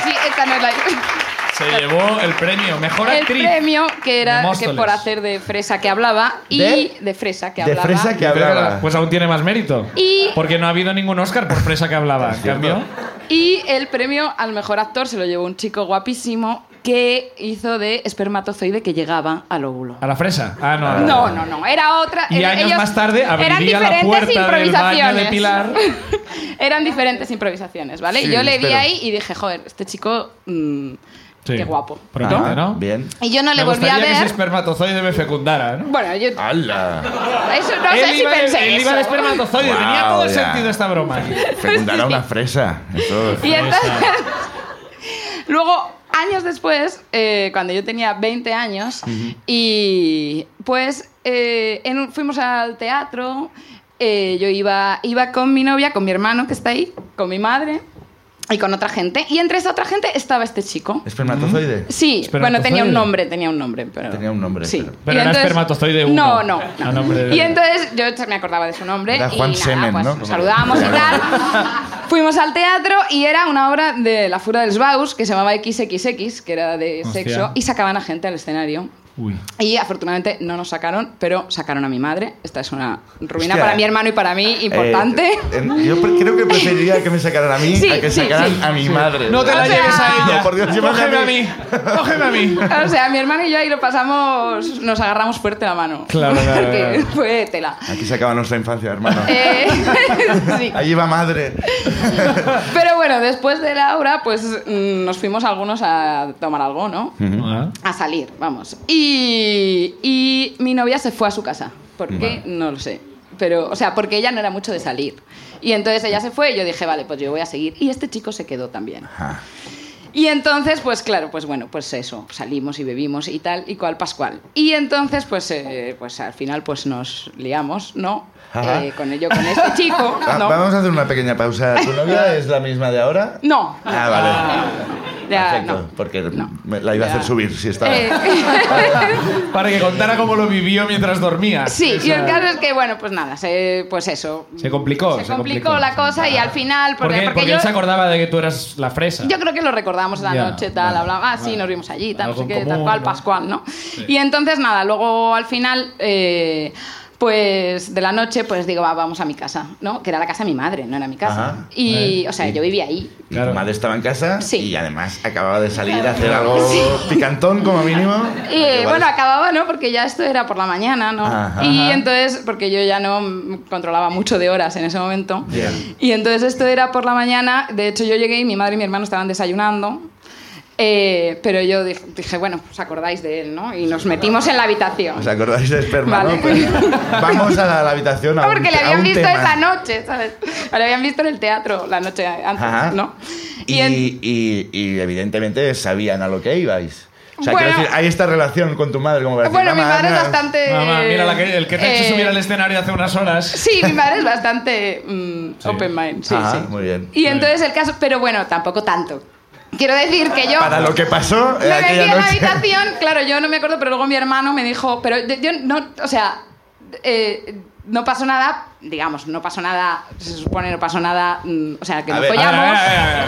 Sí, esta no es la...
Se llevó el premio. Mejor
el
actriz.
premio que
de
era que
Móstoles.
por hacer de fresa que hablaba y
¿De?
de, fresa que
De
hablaba.
fresa que hablaba.
Pues aún tiene más mérito.
Y-
Porque no ha habido ningún Oscar por fresa que hablaba. En
cierto.
cambio,
Y el premio al mejor actor se lo llevó un chico guapísimo que hizo de espermatozoide que llegaba al óvulo.
a la fresa. Ah, no. a la-
No, no, no, era otra.
Y
era-
años
ellos-
más tarde
eran
abriría la
diferentes
puerta del baño de
improvisaciones.
Pilar.
<laughs> eran diferentes improvisaciones, ¿vale?
Sí,
y yo le vi
espero.
ahí y dije, joder, este chico, mm,
Sí.
qué guapo.
pues, Pronto,
Ah,
¿no?
Bien.
Y yo no
Me
le volví a
gustaría que ese
ver.
espermatozoide me fecundara, ¿no?
Bueno, yo
¡Hala!
eso no sé
él
si
iba,
pensé
él
eso.
iba de espermatozoide.
Guau,
Tenía todo el
ya.
sentido esta
<laughs>
broma.
Fecundar a una fresa. Eso es-
Y entonces, luego, años después, eh, cuando yo tenía 20 años, y pues eh, en un- fuimos al teatro, eh, yo iba, iba con mi novia, con mi hermano que está ahí, con mi madre y con otra gente, y entre esa otra gente estaba este chico.
¿Espermatozoide?
Sí, bueno, tenía
Espermatozoide.
un nombre, tenía un nombre, pero...
Tenía un nombre,
Sí.
pero-
Pero
Y
era espermatozoide uno.
No, no.
A nombre de-
Y entonces yo me acordaba de su nombre
Era Juan
y nada,
Semen,
pues
¿no?
nos saludábamos y tal. Fuimos al teatro y era una obra de La Fura dels Baus que se llamaba XXX, que era de
Hostia.
sexo, y sacaban a gente al escenario.
Uy.
Y afortunadamente no nos sacaron, pero sacaron a mi madre. Esta es una ruina
Hostia.
para mi hermano y para mí importante.
Eh, eh, yo pre- creo que preferiría que me sacaran a mí
Sí,
a que
sí,
sacaran
sí.
a mi madre.
No te la
O sea-
lleves a ella.
No, por Dios, llévame
Cógeme
a
a mí. Cógeme a mí.
<laughs> O sea, mi hermano y yo ahí lo pasamos, nos agarramos fuerte la mano. <laughs>
Claro, claro,
Porque
claro.
fue tela.
Aquí se acaba nuestra infancia, hermano.
Eh, <laughs> sí.
Ahí va madre.
Pero bueno, después de la obra, pues mm, nos fuimos algunos a tomar algo, ¿no?
<laughs>
Ah.
A salir, vamos. Y, y mi novia se fue a su casa. ¿Por qué? No lo sé. Pero, o sea, porque ella no era mucho de salir. Y entonces ella se fue y yo dije, vale, pues yo voy a seguir. Y este chico se quedó también.
Ajá.
Y entonces, pues claro, pues bueno, pues eso, salimos y bebimos y tal y cual Pascual. Y entonces, pues, eh, pues al final, pues nos liamos, ¿no?
Ajá.
Eh, con ello, con este chico,
Va-
¿no?
Vamos a hacer una pequeña pausa. ¿Tu novia es la misma de ahora?
No,
Ah, vale.
ya,
Perfecto,
no.
porque
No.
me- la iba a hacer
Ya. Eh.
subir si estaba.
Para que contara cómo lo vivió mientras dormía.
<laughs> sí,
Esa-
y el caso es que, bueno, pues nada, se, pues eso.
Se complicó,
Se
se
complicó,
complicó.
la cosa y al final,
¿Por
porque,
qué? Porque,
porque
él se
yo,
acordaba de que tú eras la fresa.
yo creo que lo recordamos la
Ya,
noche, tal,
vale,
hablaba, ah, sí,
vale.
nos vimos allí, tal, no
Algo
sé
en
qué,
común,
tal cual,
¿no?
Pascual, ¿no? Y entonces, nada, luego al final, eh, pues de la noche, pues digo, va, vamos a mi casa, ¿no? Que era la casa de mi madre, no era mi casa.
Ajá.
Y,
Eh,
o sea, yo vivía ahí.
Y
Claro.
tu madre estaba en casa
Sí.
y además acababa de salir a hacer algo picantón como mínimo.
Y
Igual
bueno,
es-
acababa, ¿no? Porque ya esto era por la mañana, ¿no?
Ajá.
Y entonces, porque yo ya no mm, controlaba mucho de horas en ese momento.
Bien.
Y entonces esto era por la mañana. De hecho, yo llegué y mi madre y mi hermano estaban desayunando. Eh, pero yo dije, dije, bueno, os acordáis de él, ¿no? Y nos metimos en la habitación.
¿Os acordáis de esperma?
Vale.
no? Pues vamos a la, la
<laughs>
habitación a
No,
un-
porque le
a
habían
un
visto
tema.
esa noche, ¿sabes? Le habían visto en el teatro la noche antes,
Ajá.
¿no?
Y,
en-
y- y evidentemente sabían a lo que ibais. O sea,
Bueno.
quiero decir, hay esta relación con tu madre como para decir,
bueno, mi
"Mamá,
madre es
mira,
bastante...
Mamá, mira, la que- el que te ha hecho
eh,
subir al escenario hace unas horas.
Sí, mi madre es bastante mm,
Sí.
open mind. Sí,
Ajá,
sí.
muy bien.
Y entonces el caso, pero bueno, tampoco tanto. Quiero decir que yo.
Para lo que pasó
lo
en
que vi en
aquella
la
noche.
habitación, claro, yo no me acuerdo, pero luego mi hermano me dijo, pero yo- yo no, o sea, eh, no pasó nada, digamos, no pasó nada, se supone no pasó nada, mm, o sea, que
A
nos
ver,
A ver, a
follamos,
ver, a ver,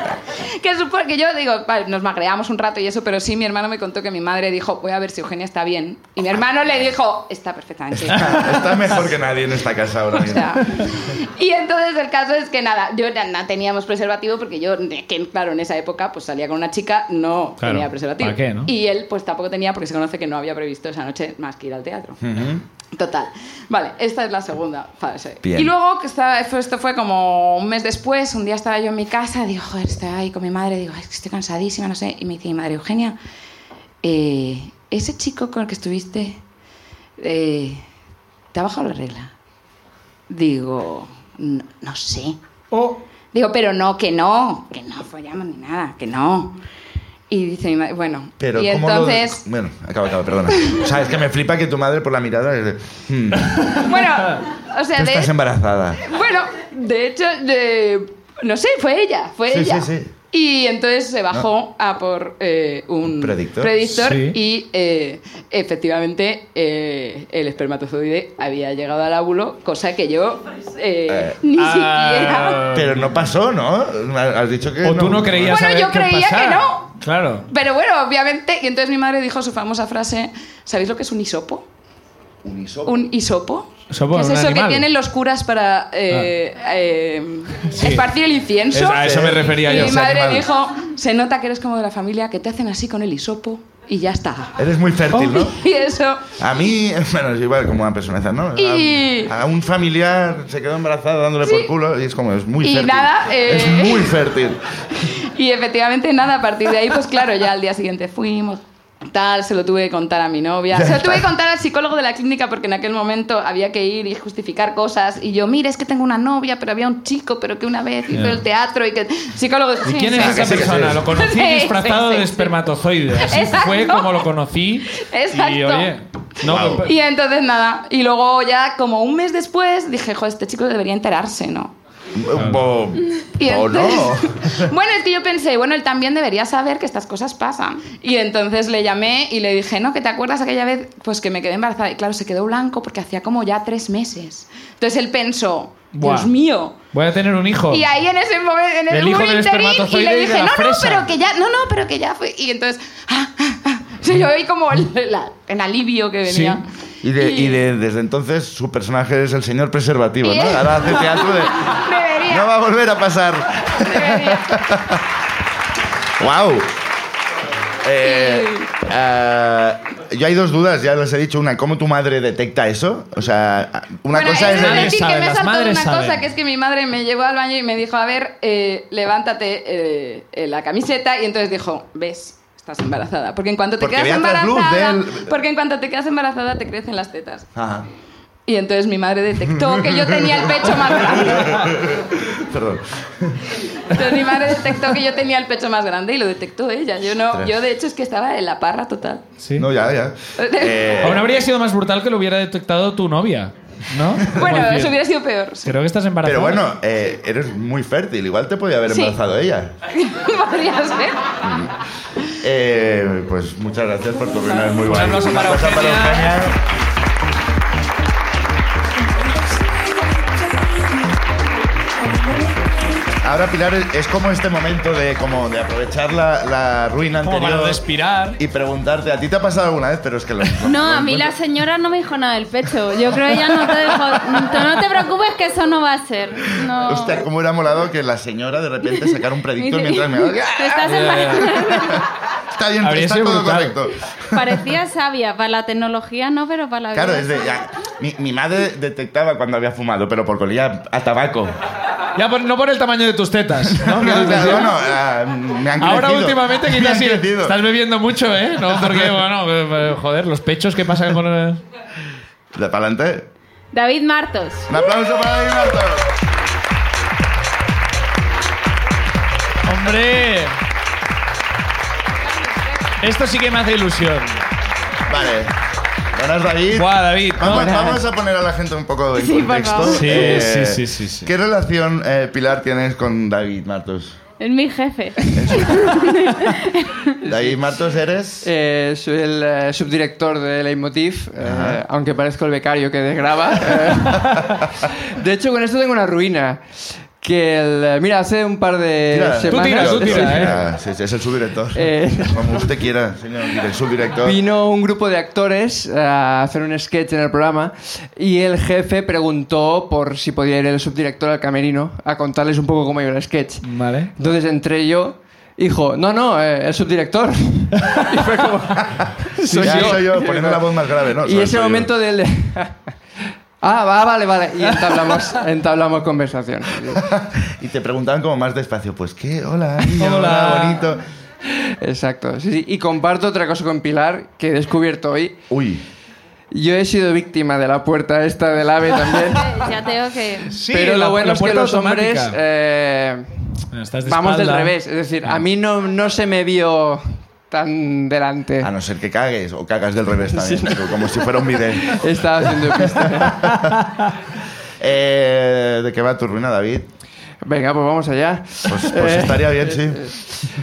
a ver.
que supone que yo digo, vale, nos magreamos un rato y eso, pero sí mi hermano me contó que mi madre dijo, voy a ver si Eugenia está bien, y mi hermano le dijo, está perfectamente.
<laughs> <laughs> Está mejor que nadie en esta casa ahora
O
mismo.
sea,
<laughs>
y entonces el caso es que nada, yo na- no teníamos preservativo porque yo, que, claro, en esa época pues salía con una chica, no
Claro,
tenía preservativo.
¿para qué, no?
Y él pues tampoco tenía porque se conoce que no había previsto esa noche más que ir al teatro. Total. Vale, esta es la segunda fase.
Bien.
Y luego, que estaba- fue- esto fue como un mes después, un día estaba yo en mi casa, digo, joder, estoy ahí con mi madre, digo, "Ay, es que estoy cansadísima, no sé, y me dice mi madre, Eugenia, eh, ese chico con el que estuviste, eh, ¿te ha bajado la regla? Digo, no, no sé.
Oh,
Digo, pero no, que no, que no follamos ni nada, que no. Y dice mi madre, bueno,
Pero
y
¿cómo lo-
entonces...
Bueno, acaba, acaba, perdona. O sea, es que me flipa que tu madre por la mirada... es de, "Hmm,
Bueno, o sea,
tú
de,
estás embarazada.
Bueno, de hecho, de- no sé, fue ella, fue
Sí,
ella.
sí, sí.
Y entonces se bajó a por eh, un
Predictor.
Sí.
y eh, efectivamente eh, el espermatozoide había llegado al óvulo, cosa que yo eh,
Eh.
<laughs> ni siquiera...
ah,
Pero no pasó, ¿no? Has dicho que
O tú no creías
Bueno,
saber
yo
qué
creía que
pasaba.
no.
Claro.
Pero bueno, obviamente, y entonces mi madre dijo su famosa frase, ¿sabéis lo que es un hisopo?
Un hisopo.
Un hisopo.
Hisopo,
¿Qué es
un
eso
animal. Ah.
que tienen los curas para eh, eh,
Sí.
esparcir el
Es-
incienso?
a eso me refería
y
yo.
mi
ese
madre
animal.
dijo, se nota que eres como de la familia, que te hacen así con el hisopo y ya está.
Eres muy fértil, ¿no?
<laughs> Y eso...
A mí, <laughs> bueno, es igual como una persona ¿no?
Y-
A, a un familiar se quedó embarazada dándole por culo y es como, es muy
Y
fértil.
nada, eh.
Es muy fértil.
Y efectivamente nada, a partir de ahí, pues claro, ya al día siguiente fuimos. Tal, se lo tuve que contar a mi novia. Se lo tuve que contar al psicólogo de la clínica porque en aquel momento había que ir y justificar cosas. Y yo, mira, es que tengo una novia, pero había un chico, pero que una vez hizo
Ya.
el teatro y que. Psicólogo dijo,
¿Y
"Sí,
quién
sí,
es
sí,
esa
sí, sí,
persona?
sí.
Lo conocí
<laughs> Sí,
disfrazado
sí, sí,
de
sí.
espermatozoide. Así
Exacto.
fue como lo conocí. Y
Exacto.
oye, no,
Wow.
pero-
Y entonces nada. Y luego ya como un mes después dije, joder, este chico debería enterarse, ¿no?
Bo-
Y
o no.
entonces- <laughs> bueno, es que yo pensé, bueno, él también debería saber que estas cosas pasan. Y entonces le llamé y le dije, no, que te acuerdas aquella vez, pues que me quedé embarazada. Y claro, se quedó blanco porque hacía como ya tres meses. Entonces él pensó,
Buah.
Dios mío.
voy a tener un hijo.
Y ahí en ese momento, en
Del
el
hijo
hubo
del
interín, y
espermatozoide
le
y de
dije,
la
no, no,
fresa".
pero que ya, no, no, pero que ya fue. Y entonces, ah, ah, ah. <laughs> Sí, yo oí como el, la- el alivio que
Sí.
venía.
Y, de- y de- desde entonces su personaje es el señor preservativo, ¿no?
Y-
Ahora hace teatro de...
<laughs> Debería,
No va a volver a pasar.
debería.
¡Wow! Eh, yo hay dos dudas, ya les he dicho una. ¿Cómo tu madre detecta eso? O sea, una
bueno,
cosa
he
es...
de
Nadie
decir
sabe,
que me
las
ha saltado
madres
una
saben.
cosa, que es que mi madre me llevó al baño y me dijo, a ver, eh, levántate eh, eh, la camiseta. Y entonces dijo, ves, estás embarazada. Porque en cuanto te
Porque
quedas
veía trasluz
embarazada...
del-
Porque en cuanto te quedas embarazada te crecen las tetas.
Ajá,
Y entonces mi madre detectó que yo tenía el pecho más grande.
perdón.
Entonces mi madre detectó que yo tenía el pecho más grande y lo detectó ella. Yo no,
Ostras.
yo de hecho es que estaba en la parra total.
Sí.
No, ya,
<laughs>
ya. Eh,
Aún habría sido más brutal que lo hubiera detectado tu novia, ¿no? Como
Bueno, eso
decir,
hubiera sido peor. <laughs> sí.
Creo que estás embarazada.
pero bueno, eh, eres muy fértil. Igual te podía haber
Sí.
embarazado ella.
Podría ser.
Eh, pues muchas gracias por tu opinión. Es muy guay.
aplauso
Una
para
cosa
Eugenia.
Eugenia. Ahora, Pilar, es- es como este momento de, como de aprovechar la, la ruina
Como
anterior
para respirar.
y preguntarte, ¿a ti te ha pasado alguna vez? Pero es que lo, lo- <laughs>
No,
lo
a mí la
encuentro-
señora no me dijo nada del pecho. Yo creo que ella no te dejó. tú No te preocupes que eso no va a ser. No.
Hostia, cómo hubiera molado que la señora de repente sacara
<laughs>
un predictor
Dice,
mientras me...
"Te estás
Está bien,
Habría
está
sido
todo
brutal.
correcto.
Parecía sabia para la tecnología, no, pero para la
Claro,
vida
es de.
sí.
ya, mi, mi madre detectaba cuando había fumado, pero porque olía a tabaco.
Ah, Ya por- no por el tamaño de tus tetas.
No,
<laughs> ¿no?
<laughs> no,
Quiero decir,
no, no, ah, me han
Ahora
crecido.
últimamente
<laughs> Me
quizás
han
sí.
crecido.
Estás bebiendo mucho, ¿eh? No, porque, bueno, eh, joder, los pechos, ¿qué pasa con...? el-
De para adelante.
David Martos.
Un aplauso para David Martos.
¡Hombre! Esto sí que me hace ilusión.
Vale. Buenas, David.
Buah, David, ¿no?
Vamos, vamos a poner a la gente un poco en
Sí, por
contexto. Eh,
Sí,
favor.
sí, sí, sí, sí.
¿Qué relación, eh, Pilar, tienes con David Martos?
Es mi jefe.
David Martos, eres.
Eh, soy el eh, subdirector de Leitmotiv, eh,
Ajá.
aunque parezco el becario que desgraba.
<laughs>
Eh, de hecho, con esto tengo una ruina. Que el, eh, mira, hace un par de
Tira.
semanas
tiras, tú
Tira,
tiras,
tira,
eh.
tira. Sí, sí, es el subdirector.
Eh.
Como usted quiera, señor dire- subdirector.
vino un grupo de actores a hacer un sketch en el programa y el jefe preguntó por si podía ir el subdirector al camerino a contarles un poco cómo iba el sketch.
Vale.
Entonces entré yo. Hijo, no, no, eh,
<laughs>
el subdirector. y fue como.
Sí, ya soy yo, poniendo la voz más grave, ¿no?
Y
Soy-
ese
soy yo.
momento del... <laughs> ah, va, vale, vale.
<laughs>
Y entablamos, entablamos conversación.
Y te preguntaban como más despacio, pues qué, hola, niño,
Hola.
hola, bonito.
Exacto. sí, sí. Y comparto otra cosa con Pilar que he descubierto hoy.
Uy,
Yo he sido víctima de la puerta esta del AVE también.
ya tengo que.
Sí,
pero
la-
lo bueno
la
es que
puerta
los hombres...
automática.
eh,
Bueno, estás de
vamos del
espalda. Ah.
revés. Es decir, a mí no, no se me vio tan delante.
a Ah, no ser que cagues o cagas del revés también, pero como si fuera un bidet.
Estaba haciendo pista.
Eh, ¿De qué va tu ruina, David?
Venga, pues vamos allá.
Pues, pues estaría bien, sí.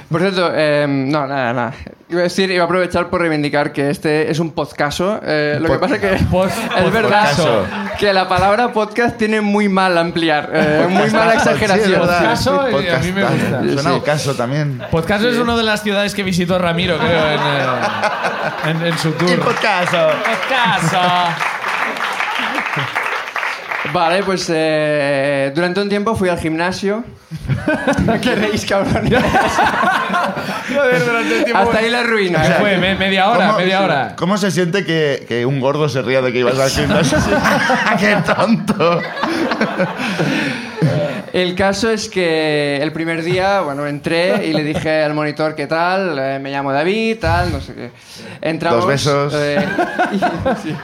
Por cierto, eh, em, no, nada, nada. Iba a decir, iba a aprovechar por reivindicar que este es un podcaso. eh, lo que
Pod-
pasa que
Pod-
<laughs> es verdad
podcaso.
que la palabra podcast tiene muy mal ampliar,
<laughs>
eh, muy mala
Sí, es
exageración.
verdad.
Podcaso, y a mí
Podcast
me gusta.
también. Suena
Sí.
ocaso también.
Podcast es una de las ciudades que visitó Ramiro, creo, en, eh, en- en su
Y
tour.
podcaso.
Podcaso.
Vale, pues eh, durante un tiempo fui
<laughs>
al gimnasio. <laughs> ¿Qué reís, cabrón?
Joder, durante el tiempo-
Hasta ahí la ruina.
¿Qué
eh.
fue? Me- media hora,
¿Cómo-
media hora.
¿Cómo se siente que, que un gordo se ría de que ibas al gimnasio? <laughs> ¡Qué tonto!
El caso es que el primer día, bueno, entré y le dije al monitor qué tal, Eh, me llamo David, tal, no sé qué. Entramos.
Dos besos.
eh, <laughs> y- sí.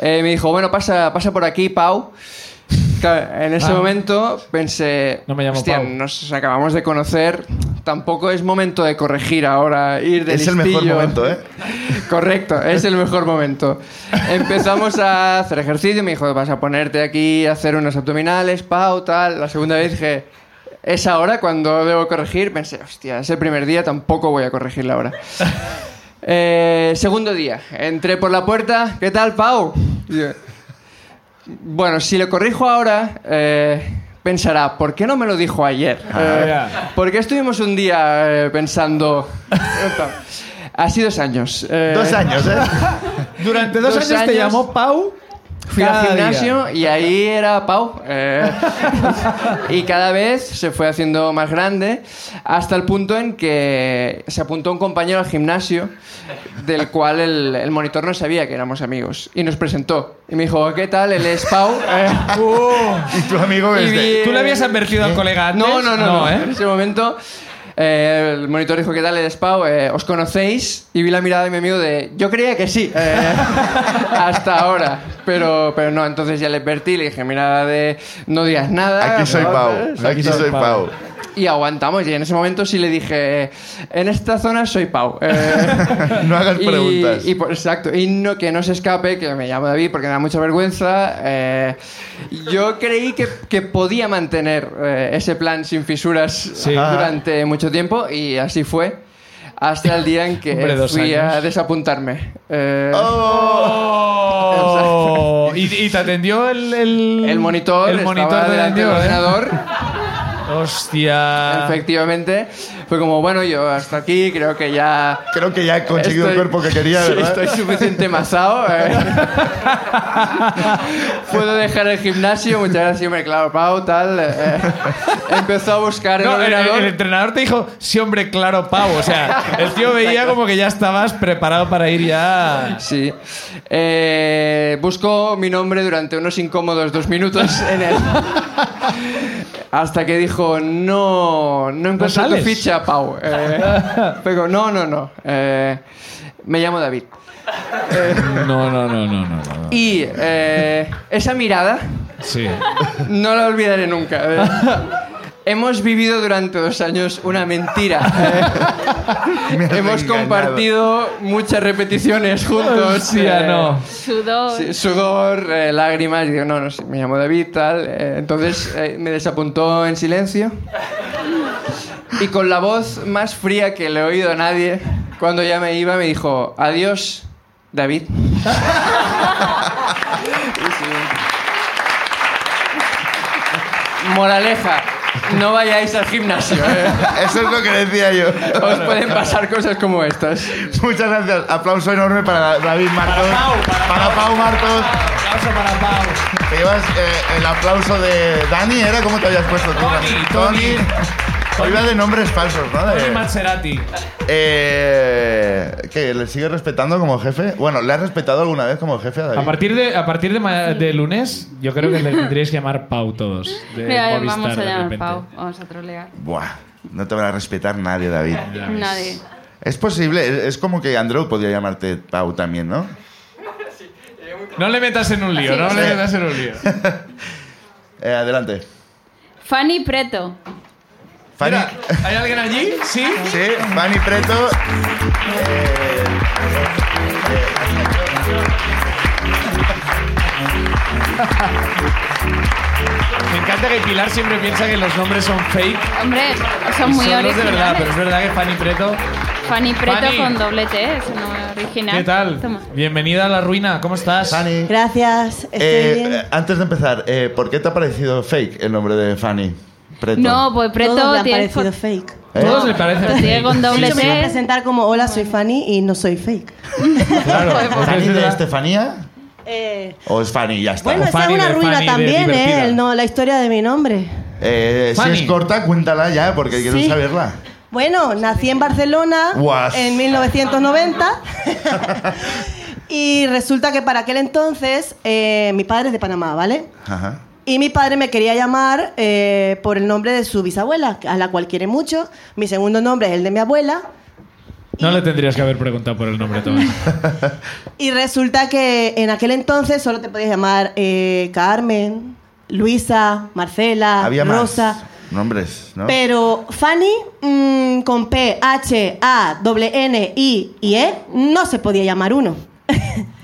Eh, me dijo, bueno, pasa, pasa por aquí, Pau. Claro, en ese
Ah.
momento pensé,
No me llamo
hostia,
Pau".
nos acabamos de conocer, tampoco es momento de corregir ahora, ir de
es el mejor
listillo".
momento, ¿eh?
Correcto, es el mejor momento. Empezamos a hacer ejercicio, me dijo, vas a ponerte aquí a hacer unos abdominales, pau, tal. La segunda vez dije, es ahora cuando debo corregir. Pensé, hostia, es el primer día, tampoco voy a corregirla ahora. Eh, segundo día, entré por la puerta, ¿qué tal, Pau? Y yo, Bueno, si lo corrijo ahora, eh, pensará, ¿por qué no me lo dijo ayer? Eh,
ya.
¿Por qué estuvimos un día eh, pensando... Así dos años. eh,
Dos años, ¿eh?
Durante dos,
Dos
años, te
años.
llamó Pau.
Fui al
cada día.
gimnasio y ahí era Pau. eh, <laughs> y cada vez se fue haciendo más grande hasta el punto en que se apuntó un compañero al gimnasio del cual el, el monitor no sabía que éramos amigos. Y nos presentó. Y me dijo, ¿qué tal? Él es
<laughs>
Pau. eh,
Y tu amigo
Y
es de...
vi-
¿Tú le habías advertido al colega antes?
No, no, no. no. En
¿eh?
ese momento eh, el monitor dijo, ¿qué tal? El Spau, eh, ¿os conocéis? Y vi la mirada de mi amigo de, yo creía que sí, eh, hasta ahora. Pero, pero no, entonces ya le advertí, le dije, mirada de, no digas nada.
Aquí soy
¿no?
Pau.
¿sabes?
Aquí soy Pau. <laughs>
Y aguantamos, y en ese momento sí le dije, en esta zona soy Pau.
<laughs>
eh,
No hagas preguntas.
Y, por- exacto, y no, que no se escape, que me llamo David porque me da mucha vergüenza. eh, yo creí que, que podía mantener eh, ese plan sin fisuras
Ah.
durante mucho tiempo y así fue. Hasta el día en que
Hombre, dos
fui a
años.
desapuntarme. Eh,
Oh. ¿Y, y te atendió el, el,
El monitor,
el monitor
estaba
te
delante
atendió,
del
¿eh? Ah.
ordenador.
Hostia.
Efectivamente, fue como, bueno, yo hasta aquí creo que ya
Creo que ya he conseguido el
Estoy-
cuerpo que quería,
sí,
¿verdad?
estoy suficiente masado. eh. <laughs> Puedo dejar el gimnasio, muchas gracias, hombre, claro, Pau, tal. eh. <laughs> Empezó a buscar el
No, el,
ordenador.
el entrenador te dijo, sí, hombre, claro, Pau. O sea, el tío veía como que ya estabas preparado para ir ya.
Sí. Eh, buscó mi nombre durante unos incómodos dos minutos <laughs> en el... Hasta que dijo, no, no encuentro tu
sales?
ficha, Pau.
<laughs>
Eh, pero no, no, no. eh, me llamo David.
No, no, no, no, no. no.
Y eh, esa mirada
Sí.
No la olvidaré nunca. Eh, Hemos vivido durante dos años una
<laughs>
mentira. Eh,
Me has
Hemos
engañado.
compartido muchas repeticiones juntos.
Hostia,
Eh,
no.
Sudor.
sí, sudor, eh, lágrimas. Y digo, no, no, sí, me llamo David, tal. Eh, entonces eh, me desapuntó en silencio. Y con la voz más fría que le he oído a nadie, cuando ya me iba, me dijo, adiós, David. Moraleja, no vayáis al gimnasio. ¿eh?
<laughs> Eso es lo que decía yo. <laughs>
Os pueden pasar cosas como estas.
Muchas gracias. Aplauso enorme para David Marcos.
Para Pau, para
Para Pau Marcos.
Aplauso para Pau.
Te llevas eh, el aplauso de Dani, ¿era? ¿Cómo te habías puesto tú?
Tony, Tony.
Hoy va de nombres falsos, ¿no? De-
Tony Maserati.
eh, ¿Qué? ¿Le sigues respetando como jefe? Bueno, ¿le has respetado alguna vez como jefe a David?
A partir, de, a partir de,
Ah,
ma- de lunes, yo creo
<laughs>
que le tendréis que llamar Pau todos. De
Mira,
eh, Movistar,
vamos
de
a llamar
repente.
Pau. Vamos a trolear.
Buah, no te van a respetar nadie, David.
Ya ves.
Nadie.
Es posible, es- es como que Andrew podría llamarte Pau también, ¿no?
No le metas en un lío, no le metas en un lío.
Eh, adelante.
Fanny Preto.
<laughs> Fanny,
Mira, ¿hay alguien allí? ¿Sí?
sí, Fanny Preto. Eh,
Me encanta que Pilar siempre piensa que los nombres son fake.
Hombre, son
y
muy
son los de verdad,
originales.
pero es verdad que Fanny Preto
Fanny Preto
Fanny.
con doble T, es el nombre original.
¿Qué tal?
Toma.
Bienvenida a la ruina. ¿Cómo estás?
Fanny.
Gracias, estoy
eh,
bien.
eh, antes de empezar, eh, ¿por qué te ha parecido fake el nombre de Fanny? Preto?
No, pues Preto
Todos le han
tiene
parecido
fo-
fake.
¿Eh?
Todos le
pero tiene
parecen.
con doble
Yo me voy a
T.
presentar como hola, soy Fanny y no soy fake. <laughs>
Claro.
¿Fanny
Porque
de este
es
Estefanía?
Eh,
¿O es Fanny? y Ya está.
bueno, esa es
Fanny
una
de
ruina
Fanny de
también,
divertida.
¿eh? El no, la historia de mi nombre.
Eh, si
Fanny.
es corta, cuéntala ya, porque quiero
Sí.
saberla.
Bueno, nací en Barcelona
Guas.
<laughs>
en 1990 y resulta que para aquel entonces eh, mi padre es de Panamá, ¿vale?
Ajá.
Y mi padre me quería llamar eh, por el nombre de su bisabuela, a la cual quiere mucho. Mi segundo nombre es el de mi abuela.
No le tendrías que haber preguntado por el nombre todavía.
<laughs>
Y resulta que en aquel entonces solo te podías llamar eh, Carmen, Luisa, Marcela,
Había
Ah, Rosa.
más nombres, ¿no?
Pero Fanny mm, con P, H, A, W, N, I y E no se podía llamar uno.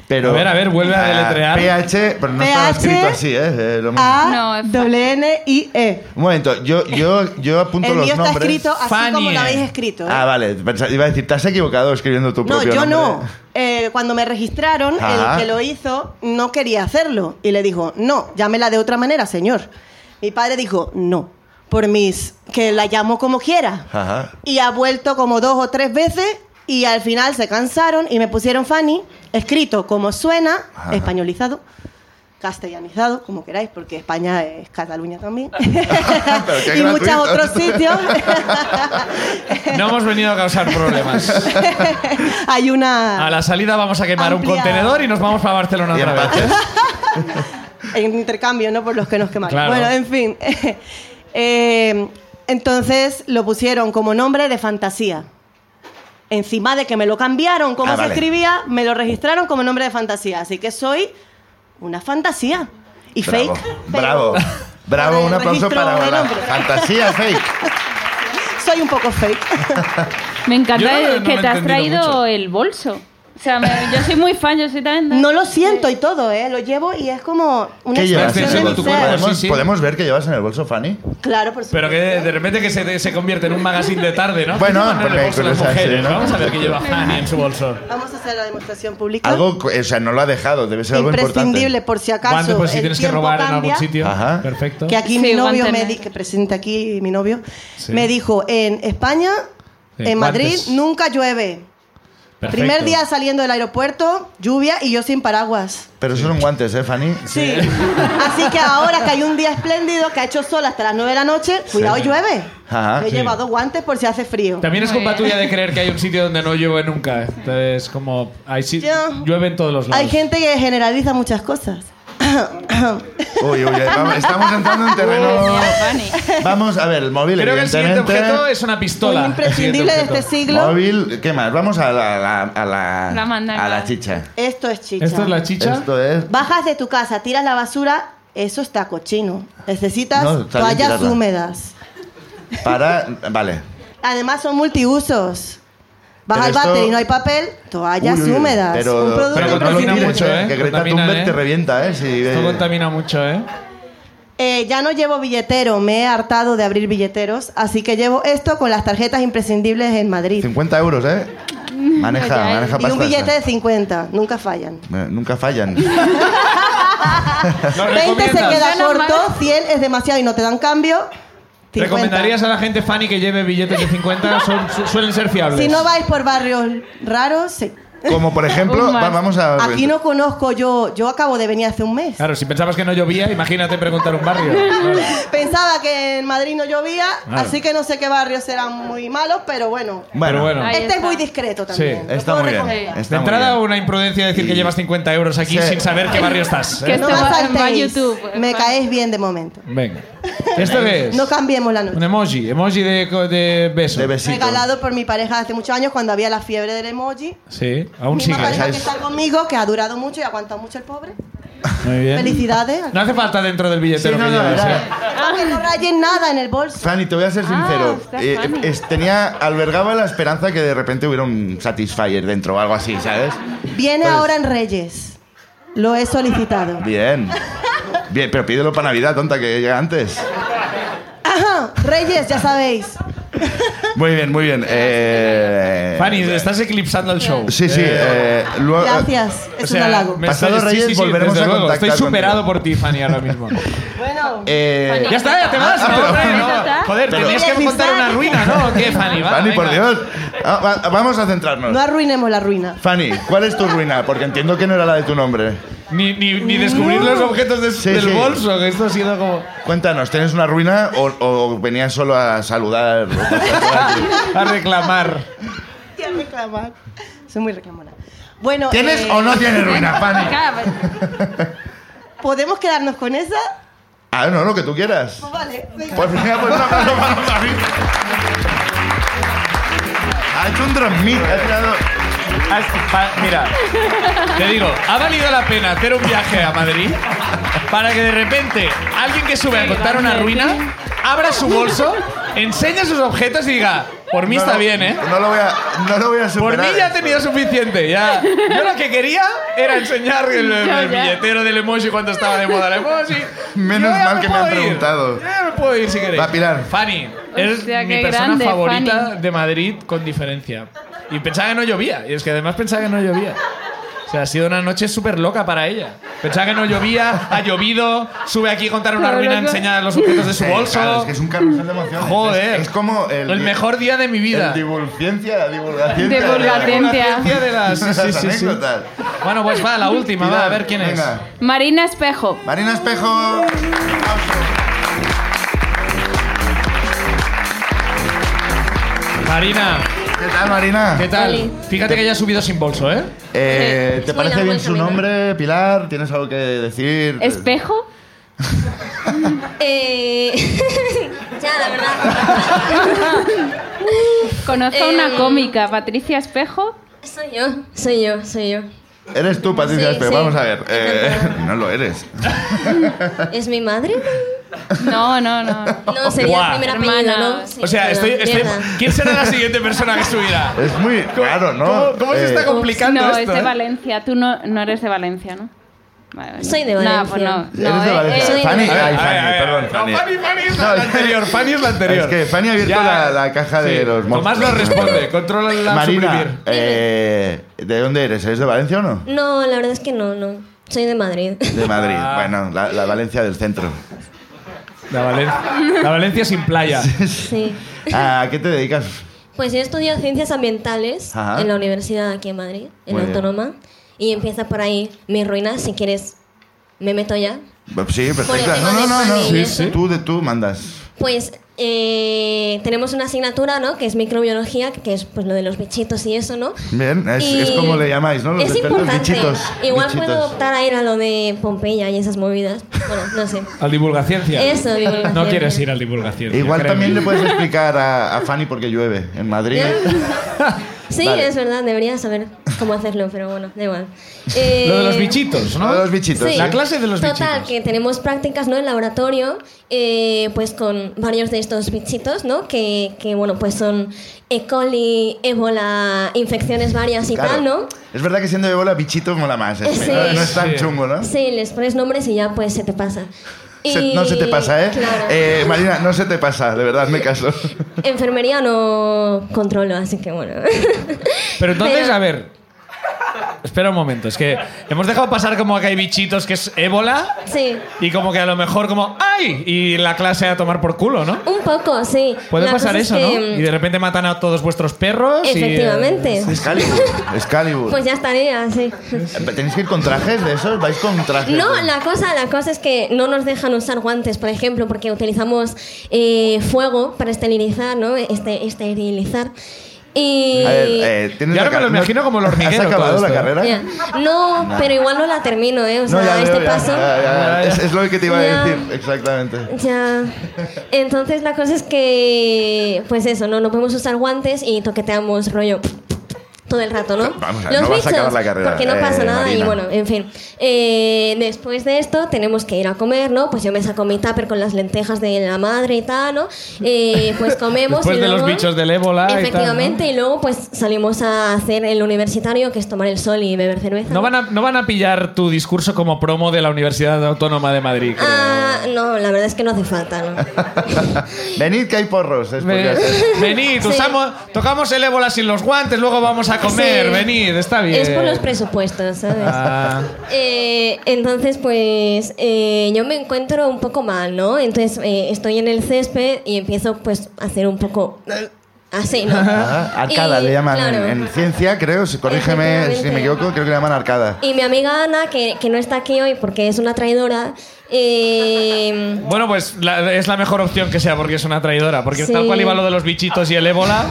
Pero-
A ver, a ver, vuelve a
Ah,
deletrear.
PH, pero no estaba
PH.
escrito así, ¿eh? Eh, lo mismo.
A,
No, es Fa-
W, N, I, E.
Un momento, yo, yo, yo apunto
El
los
mío está
nombres.
escrito así
Fanny.
como lo habéis escrito. ¿eh?
Ah, vale, pensaba- iba a decir, te has equivocado escribiendo tu
no,
propio
yo no.
nombre.
Eh, cuando me registraron,
Ajá.
el que lo hizo no quería hacerlo. Y le dijo, no, llámela de otra manera, señor. Mi padre dijo, no, por mis... que la llamo como quiera.
Ajá.
Y ha vuelto como dos o tres veces y al final se cansaron y me pusieron Fanny, escrito como suena,
Ajá.
españolizado, castellanizado, como queráis, porque España es Cataluña
<laughs>
también.
qué
<laughs> y muchos
gratuito.
otros
<laughs>
sitios. <laughs>
No hemos venido a causar problemas.
Hay una...
A la salida vamos a quemar un
Amplia.
contenedor y nos vamos para Barcelona
Y
otra vez.
empates.
en intercambio, ¿no? Por los que nos quemaron.
Claro.
Bueno, en fin. <laughs> Eh, entonces lo pusieron como nombre de fantasía. Encima de que me lo cambiaron como
Ah,
se
vale.
escribía, me lo registraron como nombre de fantasía. Así que soy una fantasía. Y
Bravo,
fake. pero
bravo. Bravo,
Ahora
un
el
aplauso
registro
para
de
la
nombre.
fantasía fake.
Soy un poco fake.
Me
Yo
encanta
no lo- no
que
lo he
te has
entendido
traído
mucho.
el bolso. O sea, me- yo soy muy fan, yo soy tan...
no lo siento y todo, ¿eh? Lo llevo y es como <laughs> una
¿Qué llevas en
expresión
el
de mi
tu
bolso?
ser.
cuerpo?
¿Podemos,
Sí, sí.
podemos ver que llevas en el bolso, Fanny?
Claro, por supuesto.
Pero que de, de repente que se, se convierte en un magazine de tarde, ¿no?
Bueno,
¿Qué llevan en el
porque hay
bolso las
cosas así,
mujeres?
¿no?
Vamos a ver qué lleva Fanny en su bolso.
Vamos a hacer la demostración pública.
Algo, o sea, no lo ha dejado, debe ser algo
imprescindible,
importante.
por si acaso.
Guantes, pues si
el
tienes que
tiempo
robar en
cambia.
algún sitio.
Ajá.
Perfecto.
Que aquí
Sí,
mi
guantes
novio me
negros.
di- que presenta aquí mi novio,
Sí.
me dijo, en España,
Sí,
en Madrid,
guantes.
nunca llueve.
Perfecto.
Primer día saliendo del aeropuerto, lluvia y yo sin paraguas.
Pero son guantes, ¿eh,
<laughs>
Fanny?
Sí. Así que ahora que hay un día espléndido, que ha hecho sol hasta las 9 de la noche, cuidado llueve.
Ajá,
Me he
sí.
llevado guantes por si hace frío.
También es
Muy
culpa
bien.
tuya de creer que hay un sitio donde no llueve nunca. Entonces, como. Hay si-
Yo-
llueve en todos los lados.
Hay gente que generaliza muchas cosas.
Uy, uy, uy, vamos, estamos entrando en terreno.
Fanny.
Vamos, a ver, el móvil,
Creo que el siguiente
evidentemente.
objeto es una
Un
pistola.
imprescindible
El
de
siguiente
este
objeto.
siglo.
Móvil, ¿qué más? Vamos a la, a la, a la,
La mandanga.
a la chicha.
Esto es chicha.
¿Esto es la chicha?
Esto es.
Bajas de tu casa, tiras la basura, eso está cochino. Necesitas
No, está bien
toallas
tirarla.
húmedas.
Para. Vale.
Además son multiusos. Vas
Pero
al
esto-
váter y no hay papel, toallas
Uy, uy, uy.
húmedas.
Pero,
un
pero
producto
pero no lo
contamina
tires,
imprescindible.
mucho,
¿eh?
¿eh?
Que Greta
Contamina,
Thunberg
¿eh?
te revienta, ¿eh? Si,
Esto <laughs>
eh,
contamina mucho, ¿eh?
Eh, ya no llevo billetero, me he hartado de abrir billeteros, así que llevo esto con las tarjetas imprescindibles en Madrid.
50 euros, ¿eh? Maneja,
ya,
maneja
Mm, Y
pastas.
un billete de 50, nunca fallan.
Eh, Nunca fallan.
20 se
recomiendas?
queda
Menos
corto,
mal.
100 es demasiado y no te dan cambio. 50.
¿Recomendarías a la gente, Fanny, que lleve billetes de
<laughs>
50? Son- su- suelen ser fiables.
Si no vais por barrios raros, sí.
Como
<laughs>
por ejemplo,
Un más.
va- vamos a.
Aquí no conozco yo, yo acabo de venir hace un mes.
Claro, si pensabas que no llovía, imagínate preguntar un barrio.
<laughs>
Claro.
<laughs> Pensaba que en Madrid no llovía,
Claro.
así que no sé qué barrios serán muy malos, pero bueno.
Pero bueno.
Ahí
Este es
está.
muy discreto también.
Sí,
lo
Está
puedo
muy bien.
recomendar.
está
De
muy
entrada,
bien.
una imprudencia decir que
Y-
llevas 50 euros aquí
Sí.
sin saber qué barrio
<laughs>
estás. ¿eh?
Que Esto
No me
Este va-
saltéis.
va a YouTube.
Me caes bien de momento.
Venga. ¿Esto qué es?
No cambiemos la
Un
noche.
emoji. Emoji de, co- de beso.
De besito.
Regalado por mi pareja hace muchos años cuando había la fiebre del emoji.
Sí, aún sigue.
Misma
¿eh?
pareja
¿sabes?
que está conmigo, que ha durado mucho y ha aguantado mucho el pobre.
<laughs> Muy bien.
Felicidades.
No hace falta dentro del billetero
Sí, no,
que
no,
llevas,
era-
¿eh?
Que no rayen nada en el bolso.
Fanny, te voy a ser
Ah,
sincero.
está
Eh,
Fanny.
es- tenía, albergaba la esperanza que de repente hubiera un Satisfyer dentro o algo así, ¿sabes?
Viene
pues.
Entonces-
ahora en Reyes. Lo he solicitado.
Bien. Bien, pero pídelo para Navidad, tonta, que llega antes.
Ajá, Reyes, ya sabéis.
Muy bien, muy bien. Eh,
Fanny, estás eclipsando el show.
Sí, sí. eh, luego-
Gracias,
<laughs>
es
O sea,
un halago.
me
Pasado
estoy-
Reyes volveremos
desde
a
luego.
contactar
Estoy superado
contigo.
por ti, Fanny, ahora mismo.
<laughs>
Bueno,
eh,
ya está, ya te vas.
Ah,
no,
pero-
hombre, no.
¿Ya está?
Joder,
Pero-
tenías que contar una ruina, ¿no? <laughs> ¿Qué, Fanny? Va,
Fanny,
venga.
por Dios. Ah, va- vamos a centrarnos.
no arruinemos la ruina.
Fanny, ¿cuál es tu ruina? Porque entiendo que no era la de tu nombre.
Ni, ni, ni descubrir los objetos de-
Sí,
del
sí.
bolso, que esto ha sido como...
Cuéntanos, ¿tienes una ruina o, o venías solo a saludar?
A reclamar.
Tía, reclamar. Soy muy reclamona. Bueno,
¿Tienes
eh,
o no tienes ruina, Fanny?
Claro, pues,
¿podemos quedarnos con esa?
Ah, no, lo que tú quieras.
Pues vale, venga.
Pues venga, pues un aplauso para Fanny. Ha hecho un transmit, ha tirado...
Has- pa- Mira, te digo, ha valido la pena hacer un viaje a Madrid para que de repente alguien que sube a contar una ruina abra su bolso, enseñe sus objetos y diga, por mí
No,
está
no,
bien, ¿eh?
No lo voy a, no lo voy a
Por
superar.
mí ya he
esto.
tenido suficiente. Ya. Yo lo que quería era enseñar el, el- el
Ya, ya.
billetero del emoji cuando estaba de moda el emoji.
Menos
Yo ya
mal que me
puedo
han
ir.
preguntado.
Yo ya me puedo ir si queréis.
Va, Pilar.
Fanny, eres
Hostia,
mi
qué
persona
grande,
favorita
Fanny.
de Madrid con diferencia. Y pensaba que no llovía. Y es que además pensaba que no llovía. O sea, ha sido una noche súper loca para ella. Pensaba que no llovía, ha llovido, sube aquí a contar una
Pero
ruina,
loco.
enseña los objetos de su
Sí,
bolso.
claro, es que es un carrusel de emociones.
Joder.
Es, es como el,
El mejor día de mi vida.
El divulciencia, divulgación.
Divulgación.
Una ciencia de las-
De
sí,
las
sí, sí.
anécdotas.
Bueno, pues va, la última, va, a ver quién es.
Venga.
Marina Espejo.
Marina Espejo. aplauso.
Marina,
¿Qué tal, Marina?
¿qué tal?
Oli.
Fíjate que ya ha subido sin bolso, ¿eh?
Eh, ¿Te
Buena,
parece
buen
bien su
camino.
nombre, Pilar? ¿Tienes algo que decir?
¿Espejo?
Eh... <laughs> ya, la verdad.
Conozco a
Eh,
una cómica, Patricia Espejo.
Soy yo, soy yo, soy yo.
Eres tú, Patricia
Sí,
Espejo.
sí.
Vamos a ver. Eh, no lo eres.
¿Es mi madre?
No, no,
<laughs>
no.
No, sería
Guau.
el primer apellido,
Hermana.
¿no? Sí,
O sea,
bueno,
estoy, estoy-
mierda.
¿Quién será la siguiente persona que subirá?
Es muy raro, ¿no?
¿Cómo, cómo se
Eh,
está complicando
no,
esto?
es de
eh?
Valencia. Tú no, no eres de Valencia, ¿no? Vale, vale.
Soy de
No, pues
Valencia.
no.
Eres
No,
de
eh,
Valencia.
soy de
Fanny,
Valencia.
A
ay,
ver,
Fanny,
a ver,
perdón,
no,
Fanny.
Fanny, Fanny es la anterior. Fanny es la anterior.
Es que Fanny ha abierto la, la caja de
Sí,
los
Tomás
monstruos.
no responde. Controla la
Marina,
suprimir.
eh, ¿de dónde eres? ¿Eres de Valencia o no?
No, la verdad es que no, no. Soy de Madrid. <laughs>
Ah.
De Madrid. Bueno, la, la Valencia del centro.
La Valencia, la Valencia sin playa.
Sí.
¿A qué te dedicas?
Pues yo estudio ciencias ambientales
Ajá.
en la universidad aquí en Madrid, en
Muy
la
bien.
Autónoma. Y empieza por ahí mi ruina, si quieres, me meto ya.
Sí, perfecto.
tema
No, no, no,
de
no.
Fanny,
Sí,
eso.
sí. Tú de tú mandas.
Pues eh, tenemos una asignatura, ¿no? Que es microbiología, que es pues lo de los bichitos y eso, ¿no?
Bien, es,
Y
es como le llamáis, ¿no? Los
es
expertos
importante.
bichitos.
Igual
bichitos.
puedo optar a ir a lo de Pompeya y esas movidas. Bueno, no sé.
Al divulgaciencia.
Eso, divulgaciencia.
No quieres ir al divulgaciencia.
E Igual
créeme.
también le puedes explicar a, a Fanny por qué llueve en Madrid.
Sí,
Vale.
es verdad, debería saber cómo hacerlo, pero bueno,
<laughs>
da igual. Eh,
Lo de los bichitos, ¿no?
Lo de los bichitos.
Sí.
La clase de los
Total,
bichitos.
que tenemos prácticas ¿no? en laboratorio, eh, pues con varios de estos bichitos, ¿no? Que, que, bueno, pues son E. coli, ébola, infecciones varias y
Claro.
tal, ¿no?
Es verdad que siendo de bola bichito mola más. este,
Sí.
¿no? No es tan
Sí.
chungo, ¿no?
Sí, les pones nombres y ya pues se te pasa.
<laughs> Se-
Y-
no se te pasa, ¿eh?
Claro.
Eh, Marina, no se te pasa, de verdad, me caso.
Enfermería no controlo, así que bueno. <laughs>
Pero entonces,
Pero-
a ver. Espera un momento, es que hemos dejado pasar como que hay bichitos que es ébola
sí.
y como que a lo mejor como ¡ay! y la clase a tomar por culo, ¿no?
Un poco, sí.
Puede
La
pasar
cosa es
eso, ¿no?
que, mm,
Y de repente matan a todos vuestros perros y, eh,
Efectivamente.
Excalibur. Excalibur. Eh,
Pues ya estaría, sí.
¿Tenéis que ir con trajes de esos? ¿Vais con trajes?
No, la cosa, la cosa es que no nos dejan usar guantes, por ejemplo, porque utilizamos eh, fuego para esterilizar, ¿no? Este, esterilizar. Y...
A ver, eh, tienes
Y ahora me
la
lo
car- no-
imagino como el hormiguero
¿Has acabado
todo
la
esto, ¿eh?
carrera?
Ya. No, pero igual no la termino, ¿eh? O sea,
No, ya
a
veo,
este
ya,
paso...
ya, ya, ya. Es, es lo que te iba a
Ya.
decir, exactamente.
Ya. Entonces la cosa es que, pues eso, no, no podemos usar guantes y toqueteamos rollo todo el rato, ¿no?
Vamos a ver, no vas a acabar la carrera,
porque no
eh,
pasa nada y
Marina.
bueno, en fin. Eh, después de esto tenemos que ir a comer, ¿no? Pues yo me saco mi tupper con las lentejas de la madre y tal, ¿no? Eh,
<laughs>
pues comemos
Después
y
de
luego...
los bichos del ébola y tal, ¿no?
Efectivamente, y, luego pues salimos a hacer el universitario, que es tomar el sol y beber cerveza.
eh, No van, a, no van a pillar tu discurso como promo de la Universidad Autónoma de Madrid. creo.
Ah, no, la verdad es que no hace falta, ¿no?
<laughs> Venid que hay porros. es
Ve-
porque-
<laughs>
Venid,
Sí.
usamos- tocamos el ébola sin los guantes, luego vamos a comer.
Sí.
Venid, está bien.
Es por los presupuestos, ¿sabes?
Ah.
Eh, entonces, pues eh, yo me encuentro un poco mal, ¿no? Entonces eh, estoy en el césped y empiezo pues a hacer un poco así, ¿no?
Ah, arcada
Y,
le llaman en-
claro,
en, ciencia, creo. si- Corrígeme si me
Efectivamente.
equivoco, creo que le llaman arcada.
Y mi amiga Ana, que, que no está aquí hoy porque es una traidora, eh,
Bueno, pues la- es la mejor opción que sea porque es una traidora. Porque
Sí.
tal cual iba lo de los bichitos y el ébola,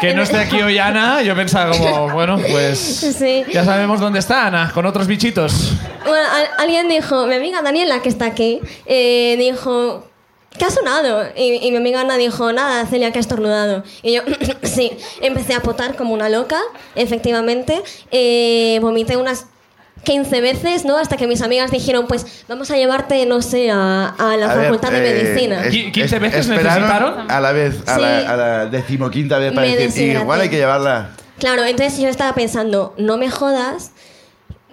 que no esté aquí hoy Ana, yo pensaba como, bueno, pues
<laughs> Sí.
ya sabemos dónde está Ana, con otros bichitos.
Bueno, al- alguien dijo, mi amiga Daniela, que está aquí, eh, dijo, ¿qué ha sonado? Y, y mi amiga Ana dijo, nada, Celia, que ha estornudado. Y yo, <clears throat> sí, empecé a potar como una loca, efectivamente. Eh, vomité unas 15 veces, ¿no? Hasta que mis amigas dijeron, pues vamos a llevarte, no sé, a, a la
A ver,
facultad de
eh,
medicina.
es-
Qui- 15
es-
veces
esperaron
necesitaron.
A la vez, a,
Sí.
la, a la decimoquinta vez para
Me
decir,
deshidraté.
igual hay que llevarla.
Claro, entonces yo estaba pensando, no me jodas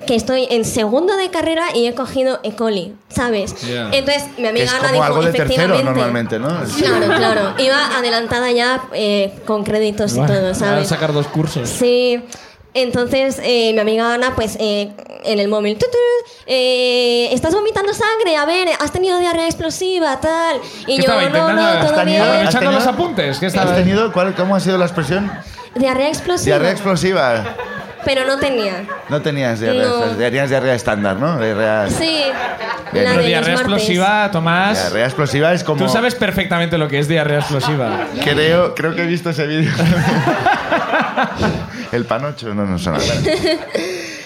que estoy en segundo de carrera y he cogido E. coli, ¿sabes?
Ya.
Entonces mi
Que
amiga
es
Ana
como
dijo,
algo de tercero
"Efectivamente".
normalmente, ¿no? Es-
Claro, claro. Iba adelantada ya eh, con créditos y todo,
Van a
¿sabes?
sacar dos cursos.
Sí. Entonces, eh, mi amiga Ana, pues, eh, en el móvil, "Tutu, eh, estás vomitando sangre, a ver, has tenido diarrea explosiva, tal. Y
¿Qué
yo,
estaba intentando?
no, no,
¿Has
todo
tenido-
bien.
¿Has Echando los apuntes, que estaba-
¿Has tenido? ¿Cuál, ¿Cómo ha sido la expresión?
Diarrea explosiva.
Diarrea explosiva.
Pero no tenía.
No tenías diarrea,
No.
explosiva, tenías diarrea estándar, ¿no? Diarrea,
Sí.
Bien.
la
Pero
de los
diarrea
martes.
explosiva, Tomás.
diarrea explosiva es como...
Tú sabes perfectamente lo que es diarrea explosiva.
Creo, creo que he visto ese vídeo.
<laughs>
El panocho, no, no suena. Bueno.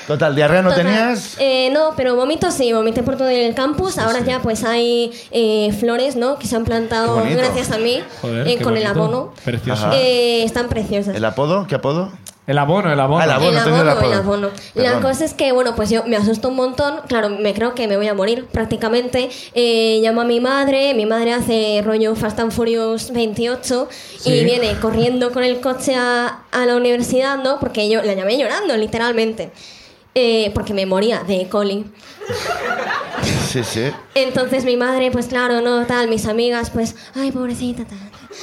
Total, diarrea no
Total.
tenías.
Eh, no, pero vómitos sí, vomité por todo el campus. Ahora ya pues hay eh, flores, ¿no? Que se han plantado
Qué bonito.
gracias a mí
Joder,
eh,
qué
con el
bonito.
abono.
Precioso.
Ajá.
Eh, están preciosas.
¿El apodo? ¿Qué apodo?
El abono, el abono.
Ah, el abono.
el
tenía el
abono,
apodo.
el abono. La
Perdón.
cosa es que, bueno, pues yo me asusto un montón. Claro, me creo que me voy a morir prácticamente. Eh, llamo a mi madre, mi madre hace rollo Fast and Furious 28
Sí.
y viene corriendo con el coche a, a la universidad, ¿no? Porque yo la llamé llorando, literalmente. Eh, porque me moría de E. coli.
Sí, sí.
Entonces mi madre, pues claro, no, tal, mis amigas, pues, ay, pobrecita, tal. <laughs>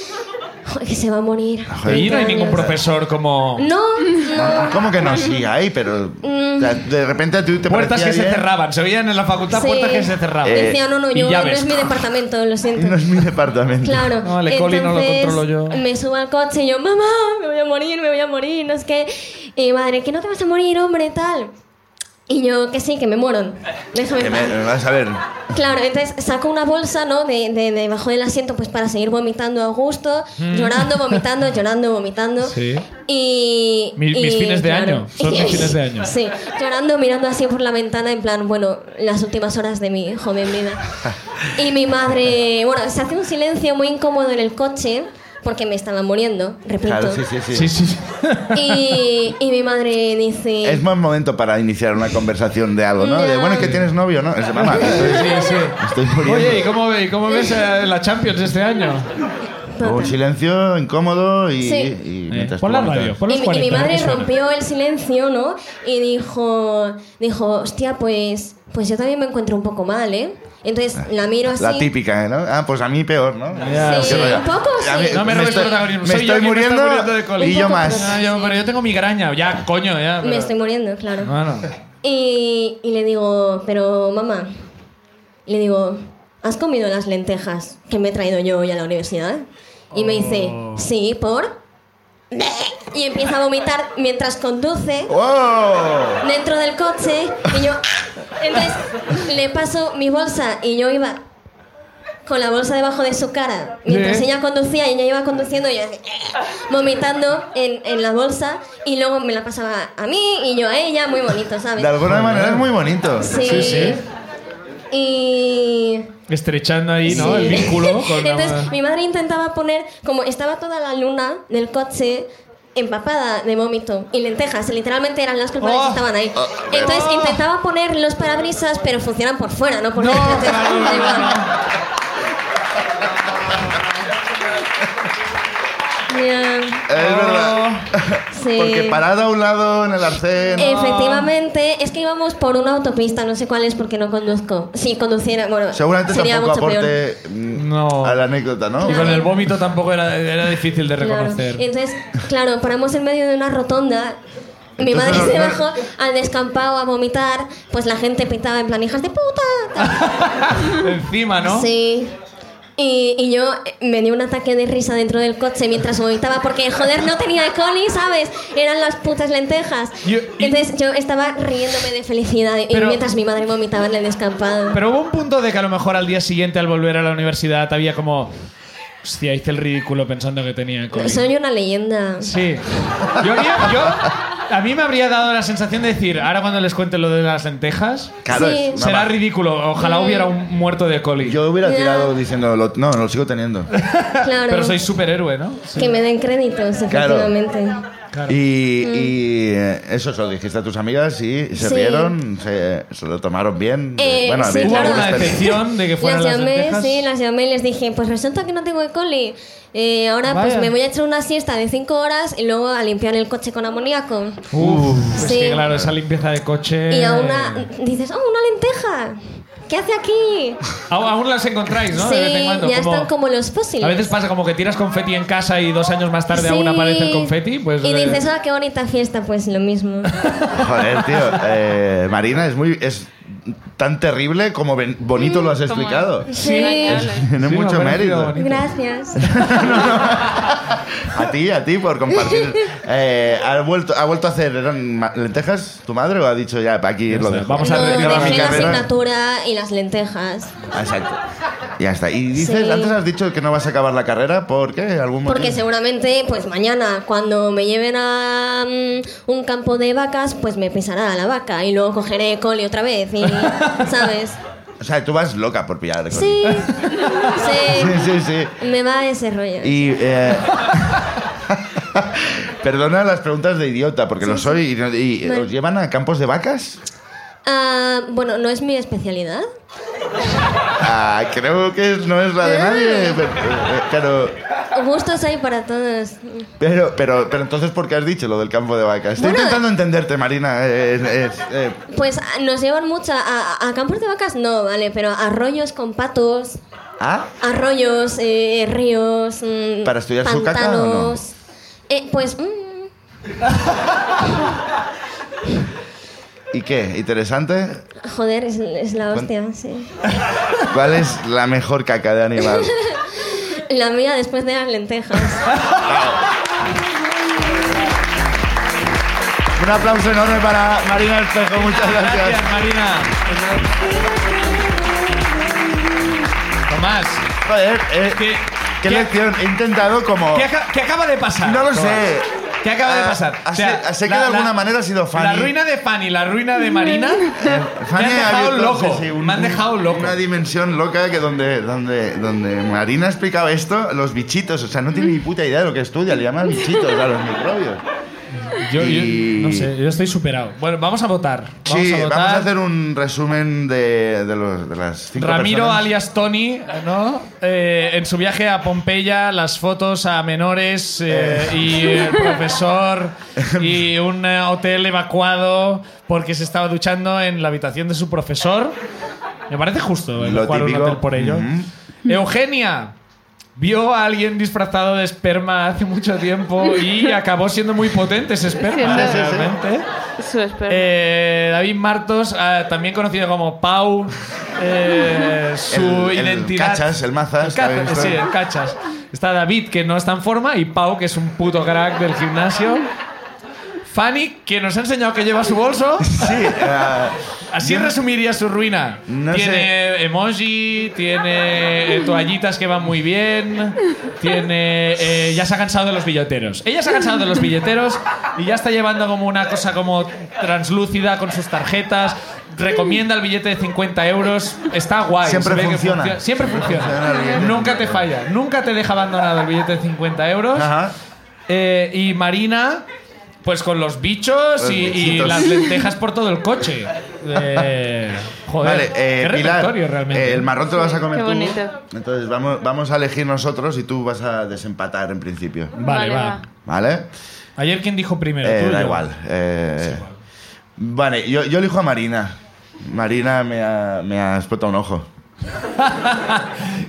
Joder, que se va a morir.
Y ahí no hay ningún profesor como...
No, no.
Ah,
Mm.
¿Cómo que no? Sí, hay, pero o sea, de repente a ti te
Puertas
parecía
que se
bien.
cerraban. Se veían en la facultad
Sí.
puertas que se cerraban.
Eh,
Decía, no, no,
y
yo, no
llaves.
es mi departamento, lo siento.
No es mi departamento.
Claro.
No, el E. coli no lo
Entonces,
controlo yo.
Me subo al coche y yo, mamá, me voy a morir, me voy a morir, no es que. Y madre, que no te vas a morir, hombre, tal. Y yo, que sí, que me muero. Déjame.
Que
en
me-
paz.
me vas a ver.
Claro, entonces saco una bolsa, ¿no? De, de- de debajo del asiento, pues para seguir vomitando a gusto, llorando, vomitando, llorando, vomitando.
Mm. Sí.
Y.
Mi-
y,
mis fines de año, son
<laughs>
mis fines de año.
Sí, llorando, mirando así por la ventana, en plan, bueno, las últimas horas de mi joven vida. Y mi madre, bueno, se hace un silencio muy incómodo en el coche, porque me estaba muriendo, repito.
Claro, sí, sí,
Sí,
sí.
sí.
<laughs>
Y, y mi madre dice.
Es buen momento para iniciar una conversación de algo, ¿no? De,
Ya.
bueno, es que tienes novio, ¿no? Es de, mamá. estoy-
Sí, sí.
Estoy muriendo.
Oye, ¿y cómo, y cómo ves eh, la Champions este año?
Un
Total.
silencio incómodo y...
Sí.
y
Eh,
mientras
pon
tú
la
vomitas.
radio, pon
Y
los
mi, y mi
40,
madre
que suena.
rompió el silencio, ¿no? Y dijo, dijo, hostia, pues, pues yo también me encuentro un poco mal, ¿eh? Entonces la miro así.
Ah, La típica, ¿eh, ¿no? Ah, pues a mí peor, ¿no?
Ya,
Sí,
Qué rollo.
un poco
A mí-
sí.
No me robes protagonismo,
Me
soy yo
estoy
quien me está
muriendo
muriendo de cólera.
y yo
Un poco
más.
Ah, yo- pero yo tengo migraña. Ya, coño, ya.
Me
pero-
estoy muriendo, claro.
Bueno.
Y, y le digo, pero mamá, le digo, ¿has comido las lentejas que me he traído yo hoy a la universidad? Y me dice,
Oh.
sí, por... Y empieza a vomitar mientras conduce.
¡Wow!
dentro del coche y yo entonces le paso mi bolsa y yo iba con la bolsa debajo de su cara mientras
Sí.
ella conducía y ella iba conduciendo y yo así, vomitando en, en la bolsa y luego me la pasaba a mí y yo a ella muy bonito ¿sabes?
De alguna manera es muy bonito.
sí, y
Estrechando ahí, ¿no?
Sí.
El
<laughs>
vínculo con la-
Entonces, mi madre intentaba poner, como estaba toda la luna del coche, empapada de vómito y lentejas. Literalmente eran las culpables
Oh. ah.
que estaban ahí.
Ah,
Entonces intentaba poner los parabrisas, pero funcionan por fuera, no <laughs> por dentro. Entonces, da igual. Ya,
Es verdad.
sí. Eh,
Porque parada a un lado en el arcén.
Efectivamente, es que íbamos por una autopista, no sé cuál es porque no conduzco. Si conduciera, bueno,
Seguramente
sería
tampoco
mucho peor.
aporte mm,
No.
a la anécdota, ¿no?
Y con el vómito tampoco era, era difícil de
Claro.
reconocer.
Entonces, claro, paramos en medio de una rotonda. Mi
Entonces,
madre se
no-
bajó al descampado a vomitar, pues la gente pitaba en plan hijas de puta.
Encima, Ah, ¿no?
Sí. Y, y yo eh, me dio un ataque de risa dentro del coche mientras vomitaba porque, joder, no tenía coli, ¿sabes? Eran las putas lentejas.
Yo- y-
Entonces yo estaba riéndome de felicidad y-
Pero-
y mientras mi madre vomitaba en el descampado.
Pero hubo un punto de que a lo mejor al día siguiente, al volver a la universidad, había como. Hostia, hice el ridículo pensando que tenía COVID.
Soy una leyenda.
Sí. Yo, habría- yo- a mí me habría dado la sensación de decir, ahora cuando les cuente lo de las lentejas,
Claro,
Sí.
es una
será
ma-
ridículo. Ojalá hubiera un muerto de coli.
Yo hubiera
Ya.
tirado diciendo, lo- no, lo
<laughs>
sigo teniendo.
Claro.
Pero soy superhéroe, ¿no?
Que me den créditos,
Claro.
efectivamente.
Claro.
Y, y, eh, eso se lo dijiste a tus amigas y se
Mm. Sí.
rieron, se, se lo tomaron bien.
Eh,
bueno, a
sí,
ver,
Hubo
claro.
alguna decepción
<laughs>
de que fueran
Las
las
llamé,
lentejas.
sí, las llamé y les dije, pues resulta que no tengo E. coli. Eh, ahora
Vaya.
pues me voy a echar una siesta de 5 horas y luego a limpiar el coche con amoníaco.
Uf, es
Sí.
que claro, esa limpieza de coche.
Y a una
Eh.
dices, oh, una lenteja. ¿Qué hace aquí?
Au- Aún las encontráis, ¿no?
sí,
de vez en cuando.
ya están como los fósiles.
A veces pasa como que tiras confeti en casa y dos años más tarde aún
Sí.
aparece el confeti. Pues,
y
eh,
dices, ah, qué bonita fiesta, pues
<laughs>
lo mismo.
Joder, tío. eh, Marina, es muy es tan terrible como ben- bonito lo has
Mm,
como-
explicado.
Sí,
Tiene
Sí, me
mucho
ha parecido
mérito.
bonito.
gracias.
A ti, a ti por
<laughs>
compartir. Eh, ¿ha, vuelto, ¿Ha vuelto a hacer eran ma- lentejas tu madre o ha dicho ya, pa' aquí
Ya
lo
está,
dejo?
vamos a
No,
retirar
mi
dejé la
carrera.
asignatura y las lentejas.
Ah, Exacto. Ya está. Y dices,
Sí.
antes has dicho que no vas a acabar la carrera, ¿por qué? ¿Algún
Porque
motivo?
seguramente, pues mañana, cuando me lleven a mm, un campo de vacas, pues me pisará la vaca y luego cogeré coli otra vez,
<laughs>
y, ¿sabes?
O sea, tú vas loca por pillar alcohol.
Sí,
Sí,
sí,
sí, sí.
me va ese rollo.
Y. eh, <laughs> Perdona las preguntas de idiota, porque lo soy. y no- Y, eh,
No.
¿Os llevan a campos de vacas?
Ah, bueno, no es mi especialidad.
Ah, creo que no es la de nadie. pero- Pero,
Gustos hay para todos.
pero, pero, pero entonces, ¿por qué has dicho lo del campo de vacas? Estoy
Bueno,
intentando entenderte, Marina. eh, eh, eh,
Pues ah, nos llevan mucho a, a- a campos de vacas, no, vale, pero a arroyos con patos,
¿Ah?
arroyos, eh, ríos, mm,
¿Para estudiar su caca o no?
pantanos. Eh, pues... mm,
¿Y qué? ¿Interesante?
Joder, es, es la hostia, sí.
¿Cuál es la mejor caca de animal?
La mía después de las lentejas.
Un aplauso enorme para Marina Espejo.
"Oh".
Muchas gracias.
Gracias, Marina. Tomás,
Joder, eh,
¿Qué-
¿Qué,
qué-
lección? He intentado como...
¿qué, aca- qué acaba de pasar?
No lo
Tomás?
sé.
¿Qué acaba de
Ah,
pasar?
ah, sé- sé que de alguna manera ha sido Fanny. Eh,
La ruina de Fanny, la ruina de Marina.
Fanny
me han
ha
dejado
abierto,
loco.
sí, sí,
me han dejado loco.
Una dimensión loca que donde, donde, donde Marina explicaba esto, los bichitos, o sea, no tiene ni puta idea de lo que estudia, le llaman bichitos
<laughs>
a los microbios.
Yo, yo-
Y-
no sé, yo estoy superado. Bueno, vamos a votar. Vamos
Sí,
a
vamos
votar.
a hacer un resumen de, de los- de las cinco
Ramiro
personas.
alias Tony, ¿no? Eh, en su viaje a Pompeya, las fotos a menores eh, y
<laughs>
el profesor y un eh, hotel evacuado porque se estaba duchando en la habitación de su profesor. Me parece justo
Lo
evacuar un
típico.
hotel por ello. Eugenia. Vio a alguien disfrazado de esperma hace mucho tiempo y acabó siendo muy potente ese esperma,
Siendo-
realmente.
Su esperma.
Eh, David Martos, ah, también conocido como Pau, eh, su
El- el
identidad.
Cachas, el Mazas,
El Cachas,
también está.
sí, el Cachas. Está David, que no está en forma, y Pau, que es un puto crack del gimnasio. Fanny, que nos ha enseñado que lleva su bolso.
Sí, eh,
Así resumiría su ruina.
No
tiene emoji, tiene eh, toallitas que van muy bien, tiene... eh, ya se ha cansado de los billeteros. Ella se ha cansado de los billeteros y ya está llevando como una cosa como translúcida con sus tarjetas. Recomienda el billete de 50 euros. Está guay.
Siempre
se ve que
funciona.
funcio- Siempre funciona.
Funciona el billete de
Nunca te
50
falla. Nunca te deja abandonado el billete de 50 euros.
ajá.
Eh, y Marina, pues con los bichos
Los
y, y
bichitos.
las lentejas por todo el
<laughs>
coche. Eh, <laughs> joder,
Vale, eh,
qué
Pilar,
repertorio realmente.
eh, el marrón te lo vas a comer
Qué
tú.
bonito.
Entonces vamos, vamos a elegir nosotros y tú vas a desempatar en principio.
Vale,
Vale,
va.
va.
¿Vale?
Ayer, ¿quién dijo primero?
Eh,
¿Tú o
da
yo?
igual. eh, Vale, yo, yo elijo a Marina. Marina me ha, me ha explotado un ojo.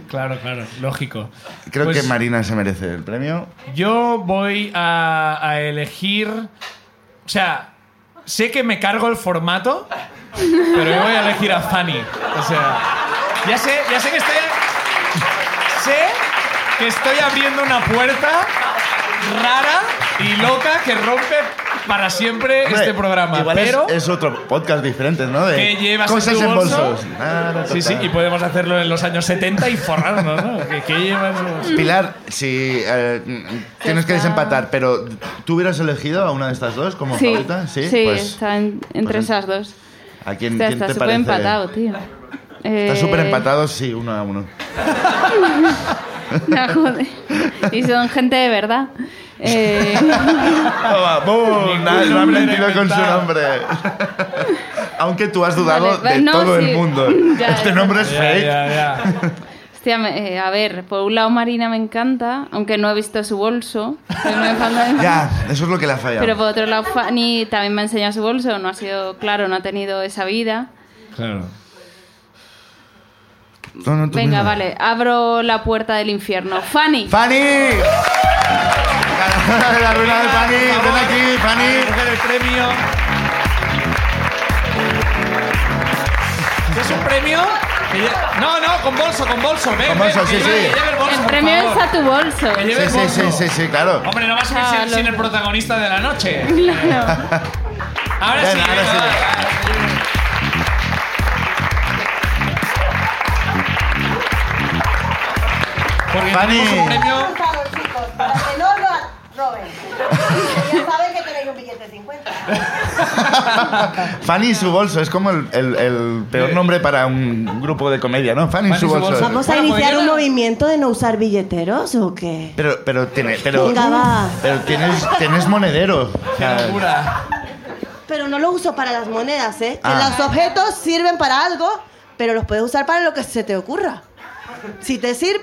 Claro, claro, lógico.
Creo
Pues
que Marina se merece el premio.
Yo voy a, a elegir. O sea, sé que me cargo el formato, pero yo voy a elegir a Fanny. O sea, ya sé, ya sé que estoy. Sé que estoy abriendo una puerta rara y loca que rompe para siempre este
Hombre,
programa.
igual es-
pero.
es, otro podcast diferente, ¿no? De
¿Qué llevas en
cosas
tu bolso?
bolsos. Ah, no,
Sí, sí,
total.
y pues- podemos hacerlo en los años 70 y forrarnos, ¿no? ¿Qué, qué llevas?
Mm. Pilar, si eh, tienes que desempatar, pero ¿tú hubieras elegido a una de estas dos como
Sí,
favorita? Sí,
sí,
pues,
está en- entre
pues-
esas dos.
¿A quién,
Está
quién
está
te
súper
parece?
empatado, tío.
Está
Eh,
súper empatado, sí, uno a uno.
<laughs> no, joder. Y son gente de verdad.
<laughs>
Eh,
Ah, va, ¡Bum!
Ningún
Na- Lo han
nombre
mentido con su
inventado.
nombre. Aunque tú has dudado
Vale, va-
de
no,
todo
sí.
el mundo.
<laughs> Ya,
este
ya.
nombre es
Ya,
fake.
ya, ya.
hostia, me- eh, a ver, por un lado Marina me encanta, aunque no he visto su bolso. pero
<laughs>
me falta-
Ya, eso es lo que le ha fallado.
Pero por otro lado, Fanny también me ha enseñado su bolso, no ha sido claro, no ha tenido esa vida.
Claro.
No, no, tú
Venga,
misma.
vale, abro la puerta del infierno. Fanny,
¡Fanny! la ruina de Fanny,
Por favor,
ven aquí, Fanny.
recoger el premio. ¿Es un premio? Que lle- No, no, con bolso, con bolso. Ven,
Con
ven,
bolso,
que
sí,
lleve-
sí.
que lleve el bolso,
el
por
premio
favor.
es a
<laughs>
tu bolso.
Que lleve
Sí,
el
sí,
bolso.
sí, sí, sí, claro.
Hombre, no vas a subir
Ah,
sin,
lo-
sin el protagonista de la noche.
Claro.
Ahora
Ven,
sí,
ahora
venga,
sí.
va, va. Porque
Fanny.
tenemos un premio...
chicos, para que no lo roben. Ya saben que tenéis un billete de 50.
<laughs> Fanny y su bolso es como el, el- el peor nombre para un grupo de comedia, ¿no? Fanny y
Fanny
su bolso.
¿Vamos a
Bueno, pues
iniciar
yo
un
no-
movimiento de no usar billeteros o qué?
Pero, pero, tiene, pero,
Venga, va.
pero tienes, tienes monedero. O
Qué
sea,
locura.
Pero no lo uso para las monedas, ¿eh? Que
Ah.
los objetos sirven para algo, pero los puedes usar para lo que se te ocurra. Si te sirven,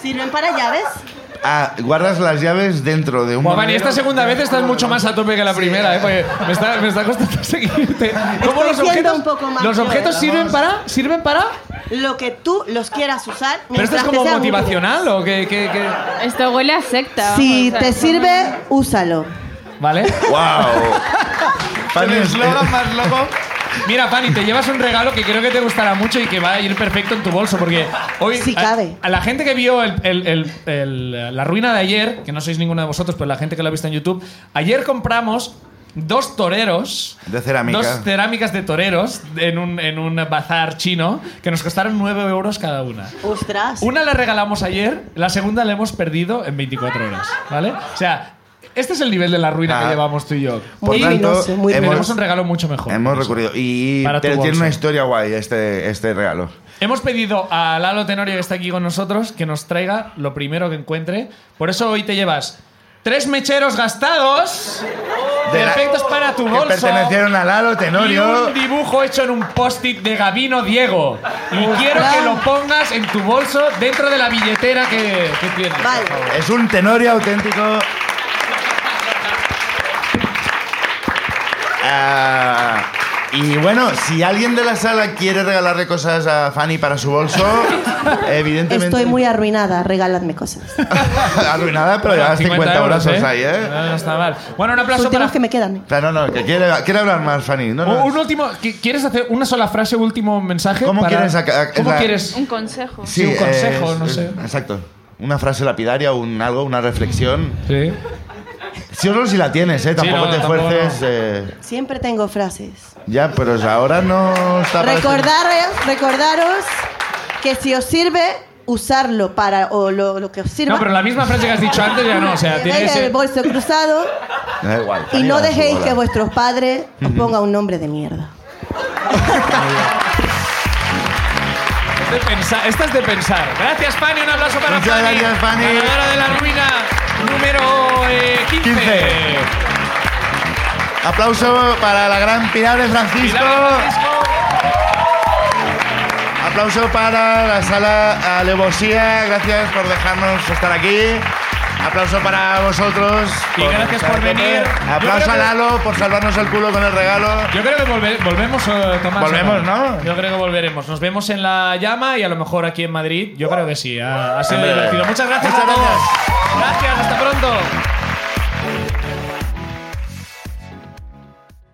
sirven para llaves.
ah, guardas las llaves dentro de un
Guau, Vani,
monedero.
esta segunda vez estás mucho más a tope que la primera, ¿eh? Porque me está, me está costando <laughs> seguirte. ¿Cómo
Estoy
los
siendo
objetos,
un poco más
los
joven,
objetos sirven
vamos.
para? ¿Sirven para?
Lo que tú los quieras usar.
¿Pero esto es
mientras te
como
sean
motivacional o qué? qué- qué?
Esto huele a secta.
útiles.
vamos, o
Si
sea,
te sirve, úsalo.
¿Vale?
¡Wow! Fanny,
El
es-
eslogan más loco. Mira, Fanny, te llevas un regalo que creo que te gustará mucho y que va a ir perfecto en tu bolso, porque hoy
Si
a-
cabe.
A, la gente que vio el- el- el- el- la ruina de ayer, que no sois ninguno de vosotros, pero la gente que lo ha visto en YouTube, ayer compramos dos toreros.
De cerámica.
Dos cerámicas de toreros en un, en un bazar chino que nos costaron 9 euros cada una.
Ostras.
Una la regalamos ayer, la segunda la hemos perdido en 24 horas, ¿vale? O sea, este es el nivel de la ruina
Ah.
que llevamos tú y yo.
Por
y
tanto,
luminoso, muy
tenemos
hemos,
un regalo mucho mejor.
hemos recurrido. Y
Para tu
pero tiene
bolso.
una historia guay este, este regalo.
Hemos pedido a Lalo Tenorio, que está aquí con nosotros, que nos traiga lo primero que encuentre. Por eso hoy te llevas tres mecheros gastados,
De la-
perfectos para tu
que
bolso.
pertenecieron a Lalo
Y
Tenorio.
un dibujo hecho en un post-it de Gabino Diego. Y quiero que lo pongas en tu bolso dentro de la billetera que, que tienes. por
Vale.
favor.
Es un Tenorio auténtico. Ah, y bueno, si alguien de la sala quiere regalarle cosas a Fanny para
<laughs>
su bolso, evidentemente. <laughs>
Estoy muy arruinada, regaladme cosas.
arruinada, pero llevas 50 euros
euros,
ahí, ¿eh?
No, no está mal. Bueno, un
Los
aplauso para...
últimos que me quedan.
Pero no, no, que quiere, quiere hablar más, Fanny. No, no.
Un- Un último... ¿qui- ¿Quieres hacer una sola frase, último mensaje?
¿Cómo
para-
quieres saca-
¿Cómo
la-
quieres...?
Un consejo.
sí, un consejo, no sé.
Exacto. Una frase lapidaria, un algo, una reflexión.
Sí.
Si solo si la tienes, ¿eh? Tampoco
no,
te
tampoco
esfuerces.
no.
eh,
Siempre tengo frases.
ya, pero ahora no está para-
Recordaros, recordaros que si os sirve, usarlo para o lo, lo que os sirva.
No, pero la misma frase que has dicho antes ya no. O
<laughs>
sea,
Llevéis
tienes...
el
<laughs>
bolso cruzado
Da igual.
y
Fanny va
no
a su
dejéis
bola.
que vuestros padres os pongan un nombre de mierda.
de pensar. Esta es de pensar. Gracias, Fanny. Un aplauso para
Muchas
Fanny.
gracias, Fanny.
Ganadora de la ruina número eh, 15.
15. Aplauso para la gran Pilar de Francisco.
Pilar Francisco.
Aplauso para la sala Alevosía. Gracias por dejarnos estar aquí. Aplauso para vosotros.
Y gracias
estar
por
a tope.
venir. Yo
Aplauso
creo
a
que-
Lalo por salvarnos el culo con el regalo.
Yo creo que volve- volvemos, eh, Tomás.
Volvemos, ¿no?
Yo creo que volveremos. Nos vemos en la llama y a lo mejor aquí en Madrid. Yo creo que sí. Ha, ha sido
Hombre.
divertido. Muchas gracias
Muchas
a todos. Gracias, hasta pronto.